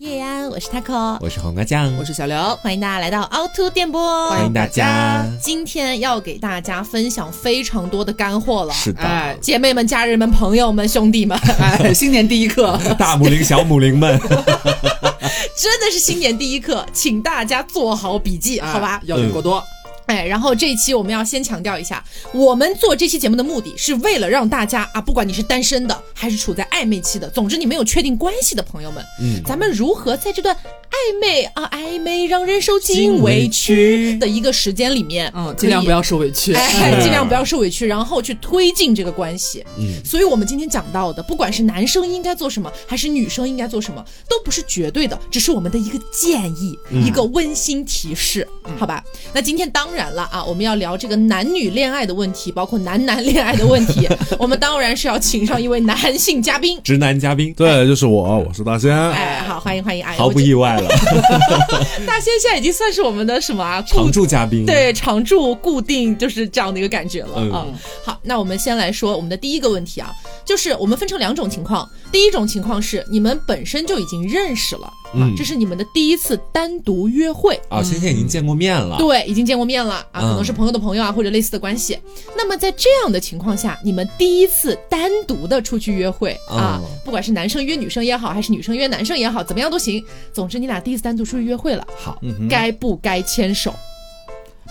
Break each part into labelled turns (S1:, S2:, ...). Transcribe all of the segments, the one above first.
S1: 们，我是 Taco，
S2: 我是黄瓜酱，
S3: 我是小刘，
S1: 欢迎大家来到凹凸电波，
S2: 欢迎大家。
S1: 今天要给大家分享非常多的干货了，
S2: 是的，
S3: 哎
S1: 姐妹们、家人们、朋友们、兄 弟们，
S3: 哎，新年第一课，
S2: 大母灵、小母灵们，
S1: 真的是新年第一课，请大家做好笔记，
S2: 啊
S1: 好吧
S3: 哎？要领过多，
S1: 哎，然后这一期我们要先强调一下，我们做这期节目的目的是为了让大家啊，不管你是单身的还是处在暧昧期的，总之你没有确定关系的朋友们，
S2: 嗯，
S1: 咱们如何在这段暧昧啊暧昧让人受尽
S2: 尽
S1: 委
S2: 委
S1: 屈
S2: 屈
S1: 的一个时间里面，
S3: 嗯，尽量不要受委屈。
S1: 哎，
S2: 是
S1: 尽量不要受委屈，然后去推进这个关系。
S2: 嗯，
S1: 所以我们今天讲到的，不管是男生应该做什么，还是女生应该做什么，都不是绝对的，只是我们的一个建议，
S2: 嗯
S1: 一个温馨提示，好吧？那今天当然了啊，我们要聊这个男女恋爱的问题，包括男男恋爱的问 题，我们当然是要请上一位男性嘉宾。
S2: 直男嘉宾，
S4: 对，就是我，我是大仙。
S1: 哎，好，欢迎欢迎！哎，
S2: 毫不意外了，
S1: 我大仙现在已经算是我们的什么啊？固
S2: 常驻嘉宾，，
S1: 对常驻固定就是这样的一个感觉了
S2: 嗯
S1: 啊、好，那我们先来说我们的第一个问题啊，就是我们分成两种情况。第一种情况是你们本身就已经认识了，啊
S2: 嗯
S1: 这是你们的第一次单独约会。
S3: 嗯
S2: 啊，仙仙已经见过面了，
S1: 对，已经见过面了啊，可能
S2: 啊嗯
S1: 是朋友的朋友啊，或者类似的关系。那么在这样的情况下，你们第一次单独的出去约会啊
S2: 哦，
S1: 不管是男生约女生也好，还是女生约男生也好，怎么样都行。总之，你俩第一次单独出去约会了，
S2: 好，嗯
S1: 该不该牵手？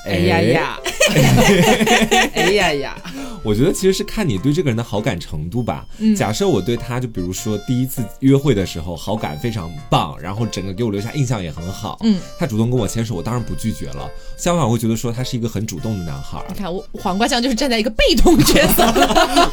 S3: 哎呀，呀，哎呀呀，
S2: 我觉得其实是看你对这个人的好感程度吧。
S3: 嗯
S2: 假设我对他，就比如说第一次约会的时候，好感非常棒，然后整个给我留下印象也很好，
S1: 嗯，
S2: 他主动跟我牵手，我当然不拒绝了。相反，我会觉得说他是一个很主动的男孩儿
S1: 你，看，我黄瓜酱就是站在一个被动角色。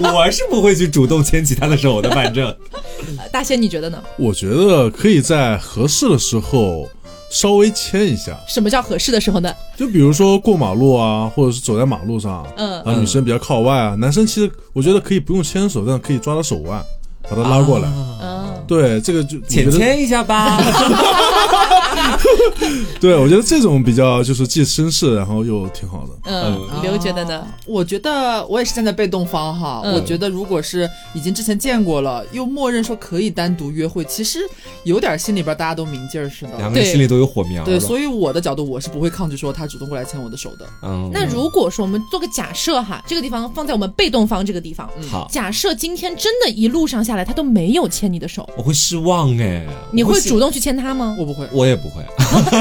S2: 我是不会去主动牵起他的手的，反正。
S1: 呃大仙，你觉得呢？
S4: 我觉得可以在合适的时候稍微牵一下，
S1: 什么叫合适的时候呢？
S4: 就比如说过马路啊，或者是走在马路上，
S1: 嗯
S4: 啊，女生比较靠外啊，男生其实我觉得可以不用牵手，但可以抓他手腕，把他拉过来。
S1: 嗯，
S4: 对，这个就我觉
S2: 啊浅
S4: 得，
S2: 牵一下吧。
S4: 对我觉得这种比较就是既绅士，然后又挺好的。
S1: 嗯，刘觉得呢？
S3: 我觉得我也是站在被动方哈。
S1: 嗯
S3: 我觉得如果是已经之前见过了，又默认说可以单独约会，其实有点心里边大家都明劲儿似
S2: 两个
S3: 的。
S2: 人心里都有火苗了。
S3: 对，所以我的角度我是不会抗拒说他主动过来牵我的手的。
S2: 嗯，
S1: 那如果说我们做个假设哈，这个地方放在我们被动方这个地方，
S2: 好，
S1: 假设今天真的一路上下来他都没有牵你的手，
S2: 我会失望哎。
S1: 你
S2: 我
S1: 会
S2: 信
S1: 主？动去啊牵他吗？
S3: 我不会，
S2: 我也不会，。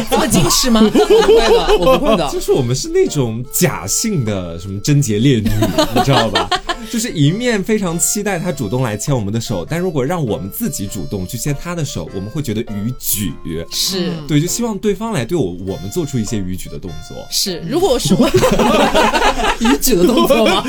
S1: 这么矜持吗？
S3: 我不会的，我不会的
S2: 就是我们是那种假性的什么贞洁烈女，你知道吧？ 就是一面非常期待他主动来牵我们的手，但如果让我们自己主动去牵他的手，我们会觉得逾矩。
S1: 是。
S2: 对，就希望对方来对我我们做出一些逾矩的动作。
S1: 是，如果是我，
S3: 你举的动作吗？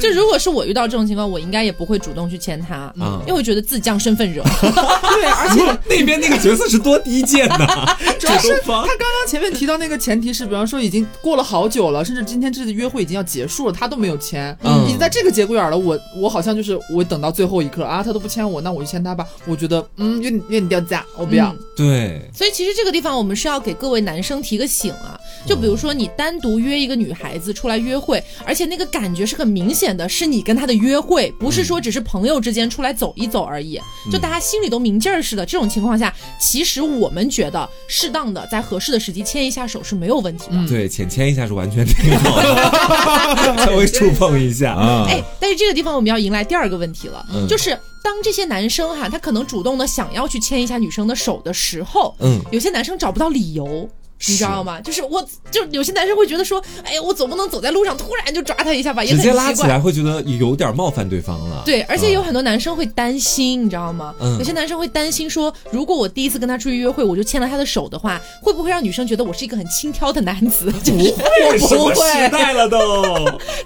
S1: 就如果是我遇到这种情况，我应该也不会主动去牵他，
S2: 嗯
S1: 因为我觉得自降身份惹。
S3: 对，而 且
S2: 那边那个角色是多低贱呐、主
S3: 主要是
S2: 动
S3: 他
S2: 方
S3: 刚刚前面提到那个前提是，比方说已经过了好久了，甚至今天这次约会已经要结束了，他都没有签，
S2: 嗯
S3: 已经在这个节骨眼儿了。我我好像就是我等到最后一刻啊，他都不签我，那我就签他吧。我觉得嗯，愿你愿你掉价，我不要。
S1: 嗯
S2: 对，
S1: 所以其实这个地方我们是要给各位男生提个醒啊，就比如说你单独约一个女孩子出来约会，而且那个感觉是很明显的，是你跟她的约会，不是说只是朋友之间出来走一走而已。就大家心里都明劲儿似的，这种情况下，其实我们觉得适当的在合适的时机牵一下手是没有问题的。
S2: 对，浅牵一下是完全挺好的， 稍微触碰一下啊。
S4: 啊，
S1: 哎，但是这个地方我们要迎来第二个问题了，
S2: 嗯
S1: 就是当这些男生哈、他可能主动的想要去牵一下女生的手的时候，
S2: 嗯，
S1: 有些男生找不到理由。你知道吗？就是我，就有些男生会觉得说，哎呀，我总不能走在路上突然就抓他一下吧，也
S2: 直
S1: 哎很奇
S2: 接拉起
S1: 怪。
S2: 来会觉得有点冒犯对方 了。
S1: 对，而且有
S2: 嗯
S1: 很多男生会担心，你知道吗？
S2: 嗯
S1: 有些男生会担心说，如果我第一次跟他出去约会，我就牵了他的手的话，会不会让女生觉得我是一个很轻佻的男子？ 就是
S2: 我
S1: 不会
S2: 时代了 都。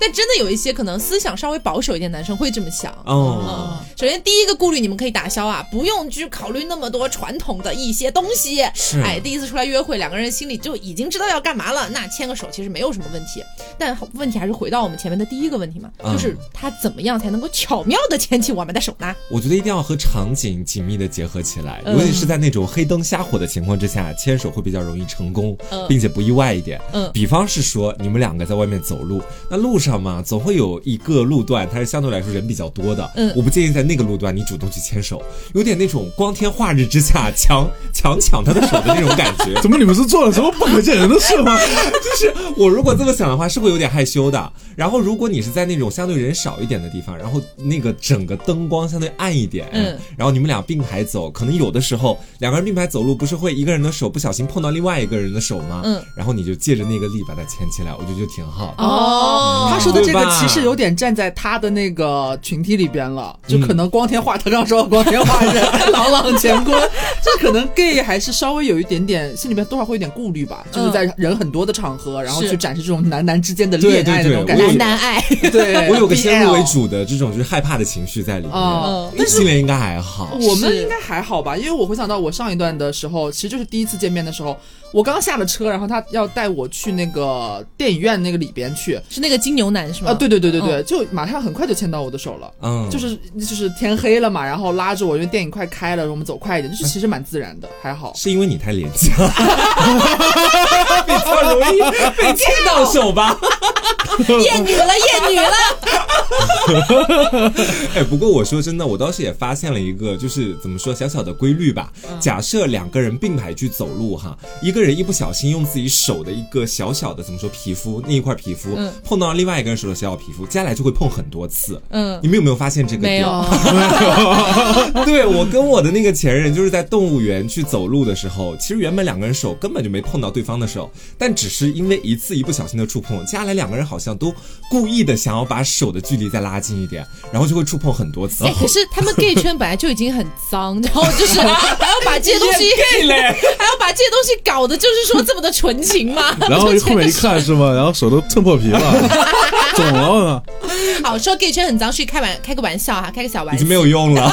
S1: 但真的有一些可能思想稍微保守一点的男生会这么想。
S2: 哦，
S1: 嗯首先，第一个顾虑你们可以打消啊，不用去考虑那么多传统的一些东西。
S2: 是
S1: 哎，第一次出来约会，两个人心里就已经知道要干嘛了，那牵个手其实没有什么问题。但问题还是回到我们前面的第一个问题嘛，
S2: 嗯
S1: 就是他怎么样才能够巧妙的牵起我们的手呢？
S2: 我觉得一定要和场景紧密的结合起来，
S1: 嗯
S2: 尤其是在那种黑灯瞎火的情况之下，牵手会比较容易成功，
S1: 嗯
S2: 并且不意外一点。
S1: 嗯
S2: 比方是说你们两个在外面走路，那路上嘛，总会有一个路段它是相对来说人比较多的。
S1: 嗯
S2: 我不建议在那个路段你主动去牵手，有点那种光天化日之下强强抢他的手的那种感觉。
S4: 怎么你们是做了什么不可见人的事 吗？
S2: 就是我如果这么想的话，是会有点害羞的。然后如果你是在那种相对人少一点的地方，然后那个整个灯光相对暗一点，
S1: 嗯
S2: 然后你们俩并排走，可能有的时候两个人并排走路，不是会一个人的手不小心碰到另外一个人的手吗？
S1: 嗯，
S2: 然后你就借着那个力把它牵起来，我觉得就挺好的。
S1: 哦
S3: 他说的这
S2: 对
S3: 个
S2: 吧
S3: 其实有点站在他的那个群体里边了，就
S2: 嗯
S3: 可能光天化他刚说光天化日， 朗朗乾坤，这可能 gay 还是稍微有一点点心里边多少会有点顾虑吧，
S2: 嗯
S3: 就是在人很多的场合，然后
S1: 是
S3: 去展示这种男男之间的恋爱的那种
S2: 对
S3: 感
S2: 对
S1: 男
S3: 觉。
S1: 男爱，
S3: 对，
S2: 我有个先入为
S3: BL
S2: 主的这种就是害怕的情绪在里面，
S3: 哦
S1: 嗯
S2: 异性恋应该还好。
S3: 我们
S1: 是
S3: 应该还好吧，因为我回想到我上一段的时候，其实就是第一次见面的时候，我刚下了车，然后他要带我去那个电影院那个里边去，
S1: 是那个金牛男是吗？
S3: 啊，对对对对
S1: 嗯
S3: 对，就马上很快就牵到我的手了。
S2: 嗯，
S3: 就是就是天黑了嘛，然后拉着我，因为电影快开了，我们走快一点，就是其实蛮自然的，还好。
S2: 是因为你太廉价， 比较容易被牵到手吧。
S1: 厌女了，厌女了，
S2: 哎，不过我说真的，我当时也发现了一个，就是怎么说小小的规律吧。
S1: 嗯
S2: 假设两个人并排去走路哈，一个人一不小心用自己手的一个小小的怎么说皮肤那一块皮肤、
S1: 嗯
S2: 碰到另外一个人手的小小皮肤，接下来就会碰很多次。
S1: 嗯
S2: 你，们有没有发现这个
S1: 没
S2: 点？
S1: 有，
S2: 对我跟我的那个前任，就是在动物园去走路的时候，其实原本两个人手根本就没碰到对方的手，但只是因为一次一不小心的触碰，接下来两个人好像都故意的想要把手的距离再拉近一点，然后就会触碰很多次。
S1: 哎，可是他们 gay 圈本来就已经很脏，然后就是还要把这些东西
S2: gay 嘞，
S1: 还要把这些东西搞得就是说这么的纯情吗？
S4: 然后后面一看是吗？然后手都蹭破皮 了，肿了呢。
S1: 好说 gay 圈很脏，是开玩开个玩笑哈，开个小玩
S2: 已
S1: 笑
S2: 经没。有 用了。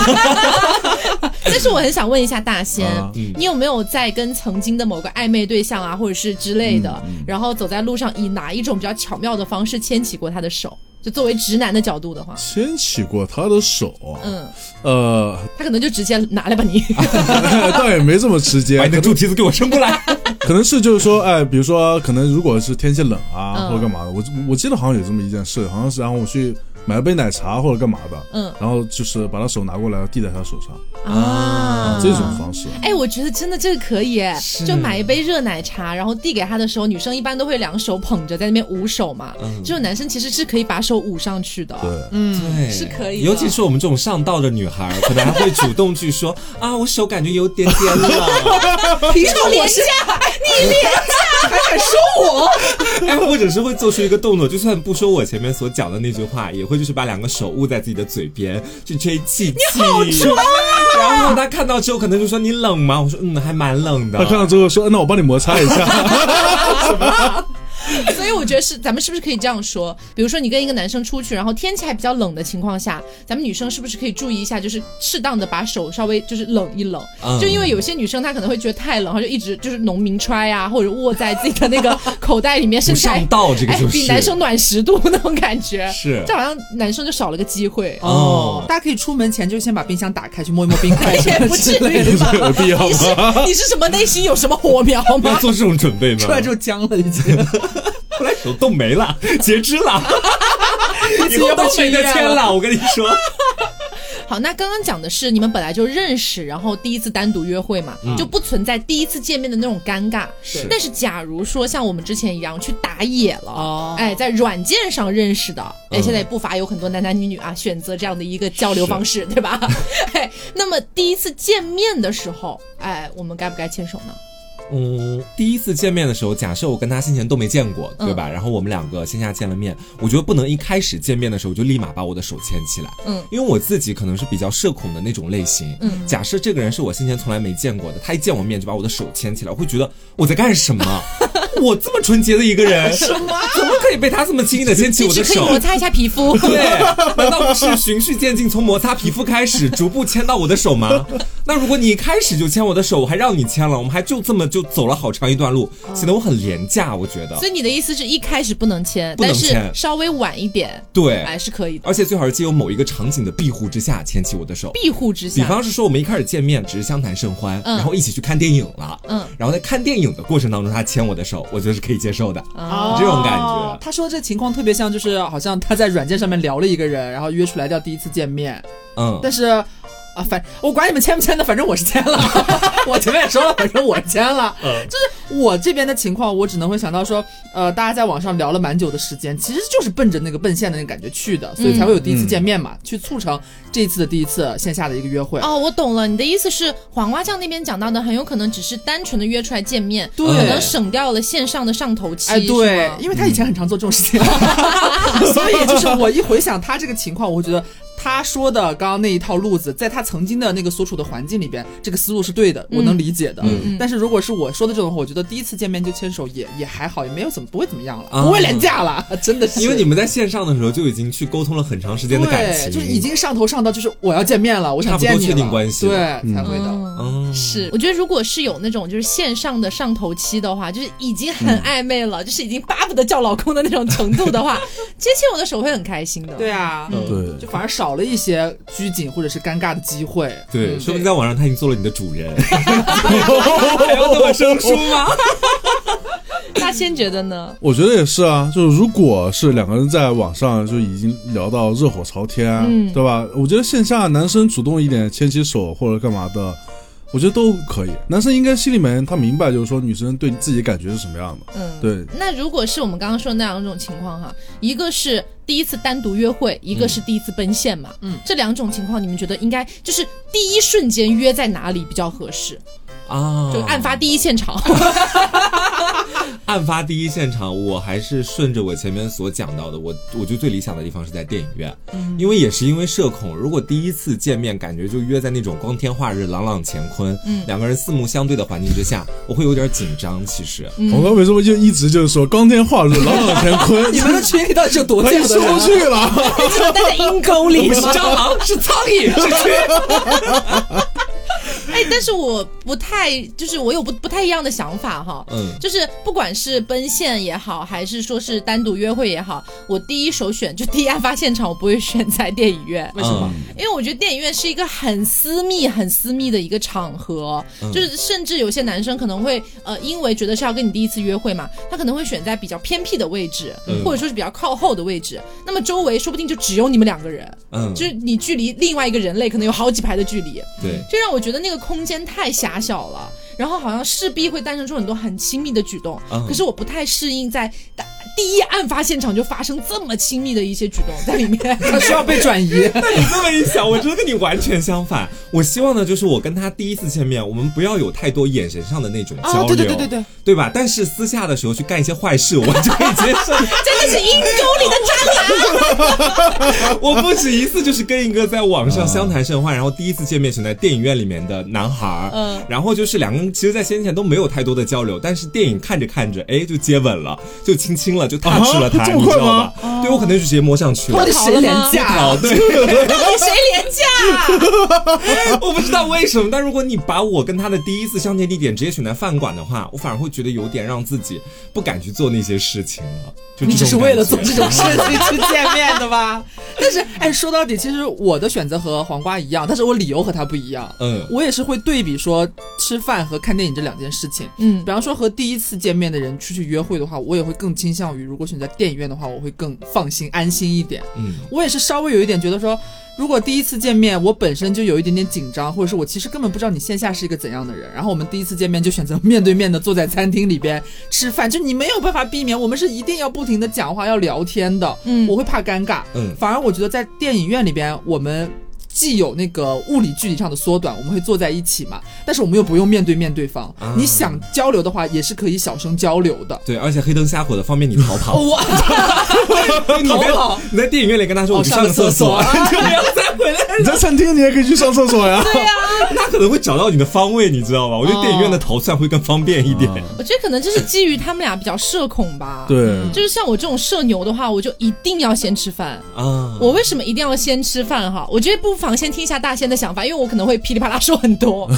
S1: 但是我很想问一下大仙
S4: 啊，
S2: 嗯
S1: 你有没有在跟曾经的某个暧昧对象啊，或者是之类的，
S4: 嗯
S1: 然后走在路上以哪一种比较巧妙的方式牵起过他的手？就作为直男的角度的话，
S4: 牵起过他的手，啊
S1: 嗯，
S4: 呃，
S1: 他可能就直接拿来吧你，
S4: 啊 倒也没这么直接
S2: 把，你的猪蹄子给我伸过来。
S4: 可能是就是说，哎，比如说，可能如果是天气冷啊，
S1: 嗯
S4: 或者干嘛的，我我记得好像有这么一件事，好像是然后我去买了杯奶茶或者干嘛的，
S1: 嗯
S4: 然后就是把他手拿过来递在他手上，
S2: 嗯
S1: 啊，
S4: 这种方式。
S1: 哎，我觉得真的这个可以哎，就买一杯热奶茶，然后递给他的时候，女生一般都会两手捧着在那边捂手嘛，这种男生其实是可以把手捂上去的。
S4: 对，
S2: 嗯对，
S1: 嗯是可以的
S2: 尤其是我们这种上道的女孩，可能还会主动去说啊，我手感觉有点点冷，
S3: 凭
S1: 你好廉价，
S3: 还敢说 我？
S2: 哎，或者是会做出一个动作，就算不说我前面所讲的那句话，也会就是把两个手捂在自己的嘴边去吹气气。你好
S1: 啊
S2: 装、然后他看到之后，可能就说你冷吗？我说嗯，还蛮冷的
S4: 他。看到之后说，哎那我帮你摩擦一 下，
S1: 所以我觉得是咱们是不是可以这样说？比如说你跟一个男生出去，然后天气还比较冷的情况下，咱们女生是不是可以注意一下，就是适当的把手稍微就是冷一冷？
S2: 嗯
S1: 就因为有些女生她可能会觉得太冷，然后就一直就是农民揣啊，或者握在自己的那个口袋里面，甚
S2: 不
S1: 至还
S2: 嗯上道，这个
S1: 哎
S2: 就
S1: 比
S2: 是、
S1: 男生暖十度那种感觉。
S2: 是
S1: 这好像男生就少了个机会。
S2: 哦
S3: 大家可以出门前就先把冰箱打开，去摸一摸冰块什么
S1: 不至于
S3: 之 类的吧，
S4: 有必要
S1: 你是
S4: 吗？
S1: 你是什么内心有什么火苗
S2: 要
S1: 吗？
S2: 做这种准备 吗？
S3: 出来就僵了已经。
S2: 后来手冻没了，截 肢了，
S1: 啊
S2: 以后都没得牵了。我跟你说，
S1: 好，那刚刚讲的是你们本来就认识，然后第一次单独约会嘛，就不存在第一次见面的那种尴尬。
S2: 嗯是
S1: 但是假如说像我们之前一样去打野了，
S3: 哦
S1: 哎，在软件上认识的，哎，
S2: 嗯
S1: 现在也不乏有很多男男女女啊选择这样的一个交流方式，对吧？ 哎，那么第一次见面的时候，哎，我们该不该牵手呢？
S2: 嗯，第一次见面的时候，假设我跟他先前都没见过，对
S1: 嗯
S2: 吧？然后我们两个线下见了面，我觉得不能一开始见面的时候就立马把我的手牵起来，
S1: 嗯，
S2: 因为我自己可能是比较社恐的那种类型，
S1: 嗯
S2: 假 设这个人是我先前从来没见过的，他一见我面就把我的手牵起来，我会觉得我在干什么？我这么纯洁的一个人，什么？怎么可以被他这么轻易的牵起
S1: 你
S2: 我
S1: 只
S2: 的
S1: 可以
S2: 手？
S1: 摩擦一下皮 肤。
S2: 对，难道不是循序渐进，从摩擦皮肤开始，逐步牵到我的手吗？那如果你一开始就牵我的手，我还让你牵了，我们还就这么就走了好长一段路，显得我很廉价，我觉得
S1: 所。以你的意思是一开始不能牵，
S2: 啊不能
S1: 但是
S2: 牵
S1: 稍微晚一点，
S2: 对，
S1: 哎是可以的。
S2: 而且最好是借由某一个场景的庇护之下牵起我的手。
S1: 庇护之
S2: 比
S1: 下，
S2: 方是说，我们一开始见面只是相谈甚欢，
S1: 啊嗯
S2: 然后一起去看电影了，
S1: 嗯
S2: 然后在看电影的过程当中，他牵我的手，我觉得是可以接受的。
S1: 啊，
S2: 这种感觉
S3: 哦他说这情况特别像，就是好像他在软件上面聊了一个人，然后约出来要第一次见面，
S2: 嗯，
S3: 但是啊，反我管你们签不签的，反正我是 签了。我前面也说了，反正我签了。呃就是我这边的情况，我只能会想到说，呃，大家在网上聊了蛮久的时间，其实就是奔着那个奔现的那个感觉去的，所以才会有第一次见面嘛，去促成这一次的第一次线下的一个约会。
S1: 哦，我懂了，你的意思是黄瓜酱那边讲到的，很有可能只是单纯的约出来见面，
S3: 对
S1: 可能省掉了线上的上头期，
S3: 哎，对
S1: 是吗，
S3: 因为他以前很常做这种事情， 所以就是我一回想他这个情况，我会觉得他说的刚刚那一套路子，在他曾经的那个所处的环境里边，这个思路是对的，我能理解的。
S2: 嗯
S1: 嗯
S3: 但是如果是我说的这种话，我觉得第一次见面就牵手也也还好，也没有怎么不会怎么样了，
S2: 啊
S3: 不会廉价了， 真的是
S2: 因为你们在线上的时候就已经去沟通了很长时间的感情，
S3: 对，就是已经上头上到就是我要见面了，我想
S2: 差不多
S3: 见你了，
S2: 确定关系了
S3: 对，才会的。
S1: 嗯
S2: 嗯，
S1: 是，我觉得如果是有那种就是线上的上头期的话，就是已经很暧昧了，
S3: 嗯
S1: 就是已经巴不得叫老公的那种程度的 话，接亲我的手会很开心的。
S3: 对啊，
S4: 对，
S3: 就反而少了一些拘谨或者是尴尬的机会。
S2: 对，
S3: 嗯
S2: 说明在网上他已经做了你的主人，还要那么生疏吗？
S1: 大仙觉得呢？
S4: 我觉得也是啊，就是如果是两个人在网上就已经聊到热火朝天，啊
S1: 嗯
S4: 对吧？我觉得线下男生主动一点牵起手或者干嘛的，我觉得都可以。男生应该心里面他明白，就是说女生对自己感觉是什么样的。
S1: 嗯，
S4: 对，
S1: 那如果是我们刚刚说的那两种情况哈，一个是第一次单独约会，一个是第一次奔现嘛，嗯
S3: 嗯，
S1: 这两种情况你们觉得应该就是第一瞬间约在哪里比较合适？
S2: 啊，
S1: 就案发第一现场，
S2: 案发第一现场，我还是顺着我前面所讲到的，我我觉得最理想的地方是在电影院，
S3: 嗯
S2: 因为也是因为社恐，如果第一次见面感觉就约在那种光天化日、朗朗乾坤，
S3: 嗯
S2: 两个人四目相对的环境之下，我会有点紧张。其实，
S3: 嗯
S4: 我们为什么就一直就是说光天化日、朗朗乾坤？
S3: 你们的群里到底是有多
S4: 可
S3: 这
S4: 以
S3: 样的
S4: 说
S3: 人
S4: 不
S3: 啊？
S4: 去了。
S1: 只能待在阴沟里。
S2: 蟑螂，是苍 蝇，是蛆。
S1: 哎，但是我不太，就是我有不不太一样的想法哈。
S2: 嗯
S1: 就是不管是奔现也好，还是说是单独约会也好，我第一首选就第一案发现场，我不会选在电影院。
S3: 为什么？
S1: 因为我觉得电影院是一个很私密、很私密的一个场合，
S2: 嗯
S1: 就是甚至有些男生可能会呃，因为觉得是要跟你第一次约会嘛，他可能会选在比较偏僻的位置，
S2: 嗯
S1: 或者说是比较靠后的位置，那么周围说不定就只有你们两个人，
S2: 嗯，
S1: 就是你距离另外一个人类可能有好几排的距离，
S3: 嗯
S2: 对。
S1: 这让我觉得那个空间太狭小了，然后好像势必会诞生出很多很亲密的举动。
S2: 嗯
S1: 可是我不太适应在大第一案发现场就发生这么亲密的一些举动在里 面。
S3: 他需要被 转移。
S2: 那你这么一想，我真的跟你完全相反。我希望呢，就是我跟他第一次见面，我们不要有太多眼神上的那种交流，
S3: 啊对对对对对，
S2: 对吧？但是私下的时候去干一些坏事，我就可以接受。
S1: 真的是阴沟里的蟑螂。
S2: 我不止一次就是跟一个在网上相谈甚欢，然后第一次见面选在电影院里面的男孩儿，
S1: 嗯
S2: 然后就是两个人其实，在先前都没有太多的交流，但是电影看着看着，哎，就接吻了，就亲亲了，就 touch 了他，
S4: 啊这么
S2: 你知
S4: 快
S2: 道吧
S4: 吗？
S2: 对我可能就直接摸上去了
S3: 到。底谁廉价
S2: 好，
S3: 啊？
S2: 对。
S1: 到底谁廉价？
S2: 我不知道为什么，但如果你把我跟他的第一次相见地点直接选在饭馆的话，我反而会觉得有点让自己不敢去做那些事情了。就
S3: 你只是为了做这
S2: 这种
S3: 种事情去 见面的吧？但是，哎，说到底，其实我的选择和黄瓜一样，但是我理由和他不一样。
S2: 感觉，嗯
S3: 我也是会对比说吃饭和看电影这两件事情。
S1: 嗯
S3: 比，方说和第一次见面的人出去约会的话，我也会更倾向于，如果选择电影院的话，我会更放心安心一点。
S2: 嗯
S3: 我也是稍微有一点觉得说，如果第一次见面我本身就有一点点紧张，或者是我其实根本不知道你线下是一个怎样的人，然后我们第一次见面就选择面对面的坐在餐厅里边吃饭，就你没有办法避免，我们是一定要不停的讲话要聊天的，
S1: 嗯
S3: 我会怕尴尬。
S2: 嗯
S3: 反而我觉得在电影院里边，我们。既有那个物理距离上的缩短，我们会坐在一起嘛，但是我们又不用面对面对方。
S2: 啊
S3: 你想交流的话，也是可以小声交流的。
S2: 对，而且黑灯瞎火的方便你逃 跑。
S3: 哇，
S2: 你在
S3: 逃跑
S2: 你在电影院里跟他说我
S3: 我
S2: 去
S3: 哦上
S2: 上 个
S3: 个
S2: 厕
S3: 厕所
S2: 所，
S3: 啊
S2: 就不要再回来。
S4: 你在餐厅你也可以去上厕所呀。
S1: 对呀、
S2: 他可能会找到你的方位，你知道吧？我觉得电影院的逃窜会更方便一点。
S1: 我觉得可能就是基于他们俩比较社恐吧。，
S4: 对，
S1: 就是像我这种社牛的话，我就一定要先吃饭。
S2: 啊，
S1: 我为什么一定要先吃饭哈？我觉得不妨先听一下大仙的想法，因为我可能会噼里啪啦说很多。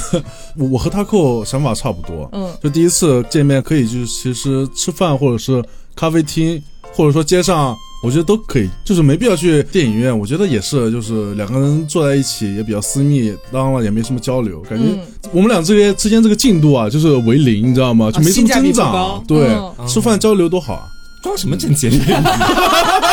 S4: 我我和他扣想法差不多，
S1: 嗯，
S4: 就第一次见面可以就是其实吃饭或者是咖啡厅，或者说街上，我觉得都可以，就是没必要去电影院。我觉得也是，就是两个人坐在一起也比较私密，当然了也没什么交流，感觉
S1: 嗯
S4: 我们俩这些之间这个进度啊，就是为零，你知道吗？就没什么增
S3: 哦性价比不
S4: 长。
S3: 高
S4: 啊对，
S1: 嗯
S4: 吃饭交流多好啊！
S2: 装什么正经人？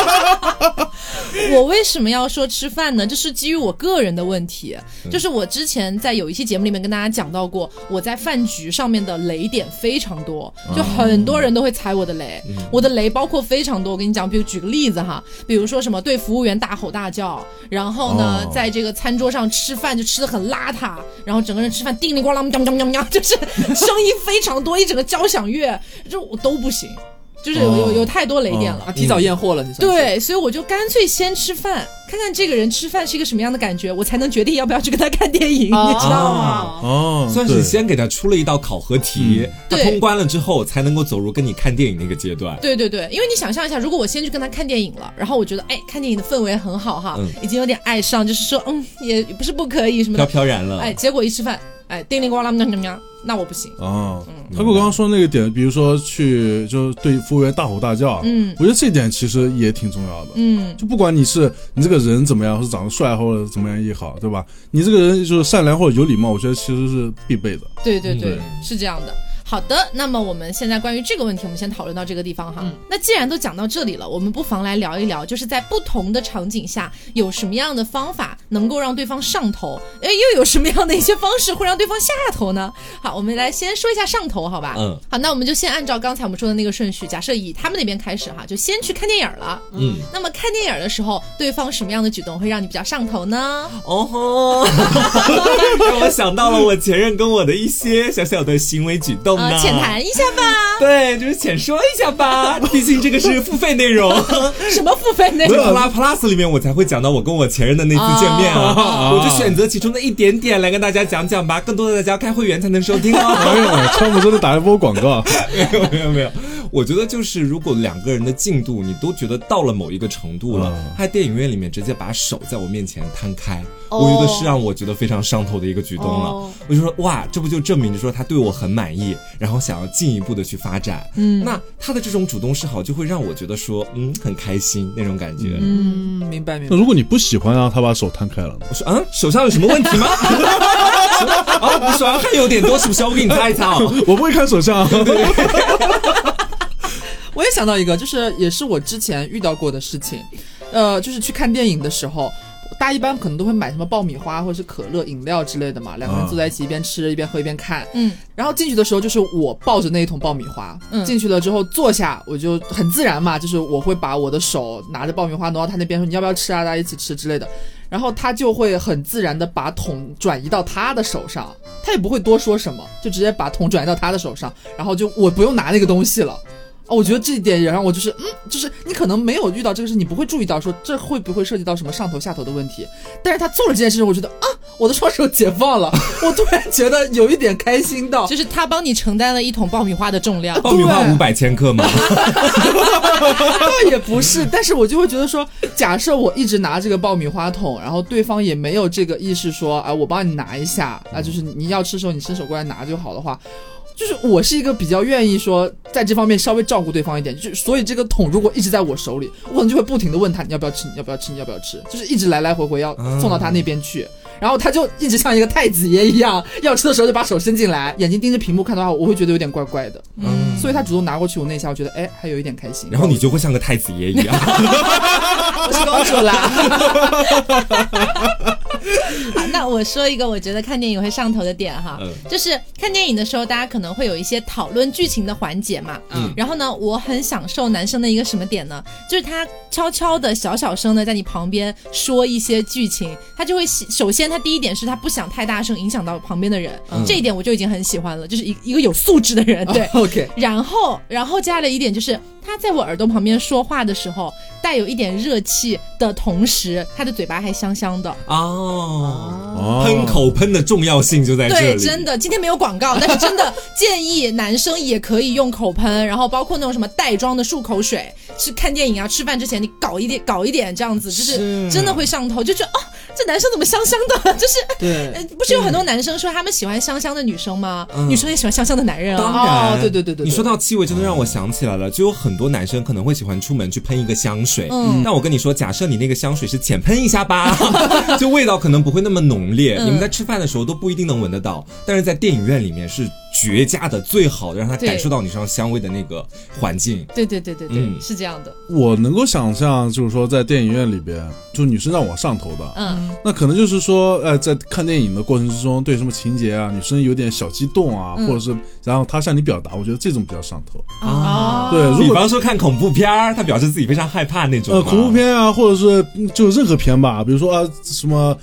S1: 我为什么要说吃饭呢？这是基于我个人的问题，就是我之前在有一期节目里面跟大家讲到过，我在饭局上面的雷点非常多，就很多人都会踩我的雷，我的雷包括非常多。我跟你讲，比如举个例子哈，比如说什么对服务员大吼大叫，然后呢，
S4: 哦
S1: 在这个餐桌上吃饭就吃的很邋遢，然后整个人吃饭叮铃咣啷，喵喵喵 喵，就是声音非常多，一整个交响乐，就我都不行，就是有有有太多雷点了。
S3: 啊，提早验货了，你想说
S1: 对，所以我就干脆先吃饭，看看这个人吃饭是一个什么样的感觉，我才能决定要不要去跟他看电影，你知道吗？
S3: 啊
S4: 哦，
S2: 算
S4: 对
S2: 是先给他出了一道考核题，他
S1: 对
S2: 通关了之后才能够走入跟你看电影那个阶段。
S1: 对对对，因为你想象一下，如果我先去跟他看电影了，然后我觉得哎，看电影的氛围很好哈，
S2: 嗯
S1: 已经有点爱上，就是说嗯，也不是不可以什么
S2: 飘
S1: 的，
S2: 飘然了，
S1: 哎，结果一吃饭，哎，叮铃咣啷，喵喵喵，那我不行。
S4: 哦，他跟我刚刚说那个点，比如说去就是对服务员大吼大叫，
S1: 嗯
S4: 我觉得这点其实也挺重要的。
S1: 嗯，
S4: 就不管你是你这个人怎么样，是长得帅或者怎么样也好，对吧？你这个人就是善良或者有礼貌，我觉得其实是必备的。
S1: 对
S2: 嗯
S1: 对对，
S4: 对
S1: 是这样的。好的，那么我们现在关于这个问题，我们先讨论到这个地方
S2: 嗯
S1: 哈。那既然都讲到这里了，我们不妨来聊一聊，就是在不同的场景下，有什么样的方法能够让对方上头？哎，又有什么样的一些方式会让对方下头呢？ 好，我们来先说一下上头，好吧？
S2: 嗯。
S1: 好，那我们就先按照刚才我们说的那个顺序，假设以他们那边开始哈，就先去看电影了。
S2: 嗯，
S1: 那么看电影的时候，对方什么样的举动会让你比较上头呢？
S2: 哦吼，让我想到了我前任跟我的一些小小的行为举动
S1: 呃
S2: 呢。，
S1: 浅谈一下 吧。
S2: 对，就是浅说一下吧，毕竟这个是付费内容。
S1: 什么付费内
S2: 这
S1: 容？
S2: 个 Plus Plus 里面我才会讲到我跟我前任的那次见面啊，
S4: 哦
S2: 我就选择其中的一点点来跟大家讲讲吧，更多的大家要开会员才能收听
S4: 哎
S2: 哦。
S4: 呦， 川普真的打一波广告，
S2: 没有没有没有，我觉得就是如果两个人的进度你都觉得到了某一个程度了，
S1: 啊
S4: 嗯
S2: 他在电影院里面直接把手在我面前摊开，
S1: 哦
S2: 我觉得是让我觉得非常上头的一个举动了。
S1: 哦
S2: 我就说哇，这不就证明着说他对我很满意，然后想要进一步的去发展。
S1: 嗯
S2: 那他的这种主动示好就会让我觉得说嗯很开心那种感觉。
S3: 嗯，明白明
S4: 那
S3: 白。
S4: 如果你不喜欢啊让他把手摊开了呢，
S2: 我说，嗯，手上有什么问题吗？ 啊，你手上汗有点多，是不是要我给你擦一擦哦？
S4: 我不会看手啊相，
S3: 我也想到一个，就是也是我之前遇到过的事情，呃，就是去看电影的时候。大家一般可能都会买什么爆米花或者是可乐、饮料之类的嘛，两个人
S4: 啊
S3: 坐在一起一边吃一边喝一边看。
S1: 嗯，
S3: 然后进去的时候，就是我抱着那一桶爆米花，
S1: 嗯
S3: 进去了之后坐下，我就很自然嘛，就是我会把我的手拿着爆米花挪到他那边说你要不要吃啊，大家一起吃之类的，然后他就会很自然的把桶转移到他的手上，他也不会多说什么，就直接把桶转移到他的手上，然后就我不用拿那个东西了。哦，我觉得这一点也让我就是，嗯，就是你可能没有遇到这个事，你不会注意到说这会不会涉及到什么上头下头的问题，但是他做了这件事情，我觉得啊，我的双手解放了，我突然觉得有一点开心到，
S1: 就是他帮你承担了一桶爆米花的重 量。
S2: 爆米花
S3: 对
S2: 五百千克吗？
S3: 倒也不是，但是我就会觉得说，假设我一直拿这个爆米花桶，然后对方也没有这个意识说，啊，我帮你拿一下，啊，就是你要吃的时候你伸手过来拿就好的话。就是我是一个比较愿意说在这方面稍微照顾对方一点，就所以这个桶如果一直在我手里，我可能就会不停的问他你要不要吃，你要不要吃，你要不要吃，就是一直来来回回要送到他那边去，然后他就一直像一个太子爷一样，要吃的时候就把手伸进来，眼睛盯着屏幕看的话，我会觉得有点怪怪的，
S2: 嗯
S3: 所以他主动拿过去我那一下，我觉得哎还有一点开心。
S2: 然后你就会像个太子爷一样，
S3: 我是公主 啦。
S1: 好，那我说一个我觉得看电影会上头的点哈，
S2: 嗯
S1: 就是看电影的时候，大家可能会有一些讨论剧情的环节嘛。
S3: 嗯
S1: 然后呢，我很享受男生的一个什么点呢？就是他悄悄的、小小声的在你旁边说一些剧情，他就会喜首先他第一点是他不想太大声影响到旁边的人，
S2: 嗯
S1: 这一点我就已经很喜欢了，就是一一个有素质的人，
S3: 哦
S1: 对。
S3: ，OK，
S1: 然后，然后加了一点就是，他在我耳朵旁边说话的时候，带有一点热气的同时，他的嘴巴还香香的。
S2: 哦，
S4: 哦
S2: 喷口喷的重要性就在这
S1: 对，
S2: 里。
S1: 真的，今天没有广告，但是真的建议男生也可以用口喷，然后包括那种什么袋装的漱口水，去看电影啊、吃饭之前你搞一点、搞一点这样子，就是
S2: 是
S1: 真的会上头，就觉得哦，这男生怎么香香的？就是，
S3: 对
S1: 呃，不是有很多男生说他们喜欢香香的女生吗？
S2: 嗯
S1: 女生也喜欢香香的男人啊。
S2: 当然
S3: 哦对对对对对
S2: 你说到气味，真的让我想起来了，就有很多男生可能会喜欢出门去喷一个香水。
S1: 嗯
S2: 但我跟你说，假设你那个香水是浅喷一下 吧，就味道可能不会那么浓烈，
S1: 嗯
S2: 你们在吃饭的时候都不一定能闻得到，但是在电影院里面是绝佳的，最好的让他
S1: 对
S2: 感受到你身上香味的那个环境。
S1: 对对对对对，
S2: 嗯
S1: 是这样的。
S4: 我能够想象，就是说在电影院里边，就女生让我上头的，
S1: 嗯，
S4: 那可能就是说，呃，在看电影的过程之中，对什么情节啊，女生有点小激动啊，
S1: 嗯
S4: 或者是然后她向你表达，我觉得这种比较上头。
S2: 嗯
S1: 哦，
S4: 对，呃如
S2: 比
S4: 果
S2: 方说看恐怖片儿，他表示自己非常害怕那种
S4: 呃
S2: 嘛
S4: 恐怖片啊，或者是嗯就任何片吧，比如说啊什么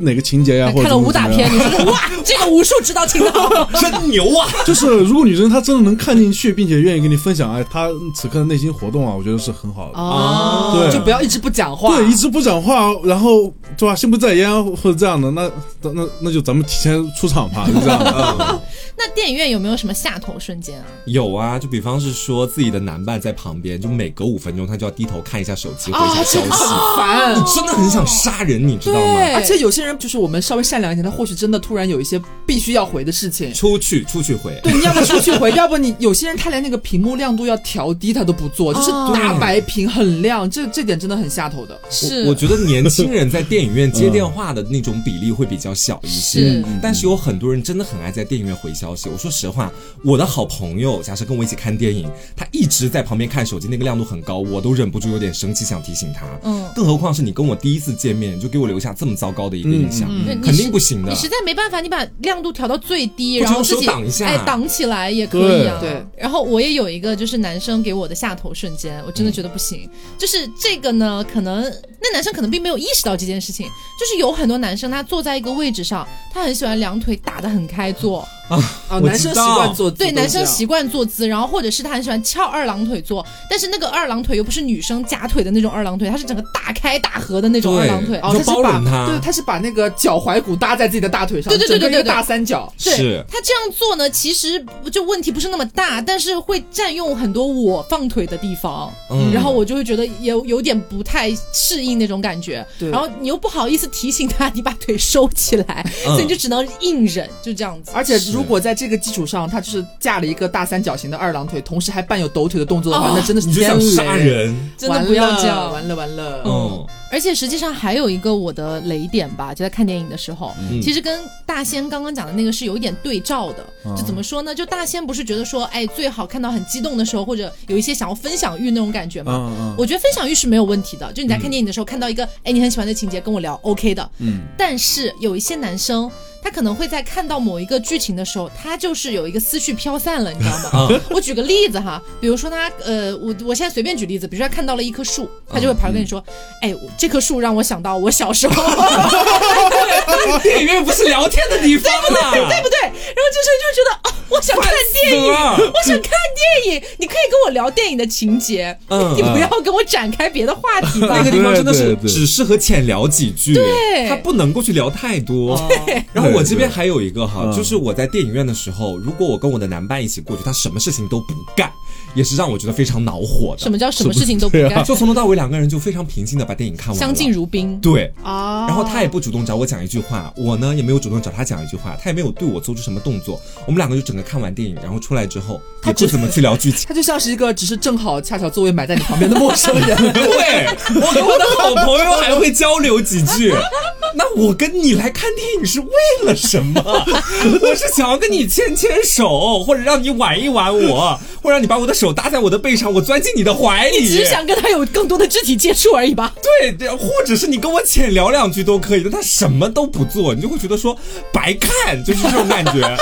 S4: 哪个情节呀、或者
S1: 看了
S4: 怎么
S1: 武打
S4: 怎么样
S1: 片，，你说 哇，这个武术指导挺好。
S2: 真牛啊！
S4: 就是如果女生她真的能看进去，并且愿意跟你分享，哎，她此刻的内心活动啊，我觉得是很好的。
S3: 哦
S4: 对
S3: 就不要一直不讲话，
S4: 对，一直不讲话，然后对吧，心不在焉或者这样的，那那那那就咱们提前出场吧，就这样的。
S1: 那电影院有没有什么下头瞬间啊？
S2: 有啊，就比方是说自己的男伴在旁边，就每隔五分钟他就要低头看一下手机，回一下消
S4: 啊
S2: 息，
S3: 啊很烦。
S2: 真的很想杀人，你知道吗？
S1: 对
S3: 而且有些人就是我们稍微善良一点，他或许真的突然有一些必须要回的事情。
S2: 出去，出去回。
S3: 对，你要么出去回，要不你有些人他连那个屏幕亮度要调低他都不做，就是
S1: 哦
S3: 大白屏很亮，这这点真的很下头的。
S1: 是
S2: 我我觉得年轻人在电影院接电话的那种比例会比较小一
S1: 是
S2: 些，但是有很多人真的很爱在电影院回消息。我说实话，我的好朋友假设跟我一起看电影，他一直在旁边看手机，那个亮度很高，我都忍不住有点生气，想提醒他。
S1: 嗯
S2: 更何况是你跟我第一次见面，你就给我留下这么糟糕的一个印象，
S1: 对你
S2: 肯定
S1: 是
S2: 不行的
S1: 你。实在没办法，你把亮度调到最低，
S2: 或者
S1: 然后
S2: 用
S1: 自
S2: 手
S1: 己
S2: 挡一下
S1: 哎，挡起来也可以啊。
S3: 对对
S1: 然后我也有一个，就是男生给我的下头瞬间，我真
S2: 嗯
S1: 的觉得不行。就是这个呢，可能那男生可能并没有意识到这件事情，就是有很多男生他坐在一个位置上，他很喜欢两腿打得很开坐，
S3: 啊，
S2: 我
S3: 男生
S2: 知
S3: 习
S2: 道
S3: 惯做，
S2: 啊
S1: 对，男生习
S3: 习，
S1: 惯坐姿，然后或者是他很喜欢翘二郎腿坐，但是那个二郎腿又不是女生夹腿的那种二郎腿，它是整个大开大合的那种
S2: 对
S1: 二郎腿。
S3: 哦，
S2: 你
S3: 他
S2: 就是包
S3: 把
S2: 容他
S3: 对，他是把那个脚踝骨搭在自己的大腿上，
S1: 对对对
S3: 整个
S1: 对
S3: 一个
S1: 对对
S3: 大三角。
S1: 对
S2: 是
S1: 他这样做呢，其实就问题不是那么大，但是会占用很多我放腿的地方，
S2: 嗯
S1: 然后我就会觉得有有点不太适应那种感觉，
S3: 对
S1: 然后你又不好意思提醒他，你把腿收起来，
S2: 嗯
S1: 所以你就只能硬忍，就这样子。
S3: 而且如果在这个基础上，他就是架了一个大三角形的二郎腿，同时还伴有抖腿的动作的话，
S1: 哦
S3: 那真的是
S2: 你就想
S3: 天
S2: 杀
S3: 雷，
S2: 人，
S1: 真的不要这样
S3: 完了完了。完了
S2: 嗯，
S1: 而且实际上还有一个我的雷点吧，就在看电影的时候，
S2: 嗯
S1: 其实跟大仙刚刚讲的那个是有一点对照的。就怎么说呢？就大仙不是觉得说，哎，最好看到很激动的时候，或者有一些想要分享欲那种感觉吗？
S4: 嗯嗯，
S1: 我觉得分享欲是没有问题的，就你在看电影的时候看到一个哎你很喜欢的情节，跟我聊 OK 的。
S4: 嗯，
S1: 但是有一些男生，他可能会在看到某一个剧情的时候，他就是有一个思绪飘散了，你知道
S2: 啊
S1: 吗？我举个例子哈，比如说他呃，我我现在随便举例子，比如说他看到了一棵树，他就会跑来跟你说，
S2: 嗯
S1: 哎，我这棵树让我想到我小 时候，
S2: 电影院不是聊天的地方啊，
S1: 对不对？然后这时候就觉得啊，我想看电影，
S2: 死了
S1: 我想看电影，你可以跟我聊电影的情节，
S2: 嗯
S1: 你不要跟我展开别的话题吧
S2: 那。个地方真的
S4: 对
S2: 是
S4: 对对
S2: 只适合浅聊几句，
S1: 对
S2: 他不能够去聊太多。 然后我这边还有一个哈
S4: 对，对
S2: 就是我在电影院的时候，如果我跟我的男伴一起过去，他什么事情都不干，也是让我觉得非常恼火的。
S1: 什 么叫什么事情都不
S4: 对啊
S1: 干？
S2: 就从头到尾两个人就非常平静的把电影看完了，
S1: 相敬如宾。
S2: 对。
S3: 啊
S2: 然后他也不主动找我讲一句话，我呢也没有主动找他讲一句话，他也没有对我做出什么动作，我们两个就整个看完电影，然后出来之后也不怎么去聊剧情。
S3: 他就像是一个只是正好恰巧座位买在你旁边的陌生 人。
S2: 对，我跟我的好朋友还会交流几句。那我跟你来看电影是为了什么？我是想要跟你牵牵手，或者让你挽一挽我，或者让你把我的手搭在我的背上，我钻进你的怀里。
S1: 你只是想跟他有更多的肢体接触而已吧？
S2: 对对，或者是你跟我浅聊两句都可以，但他什么都不做，你就会觉得说白看，就是这种感觉。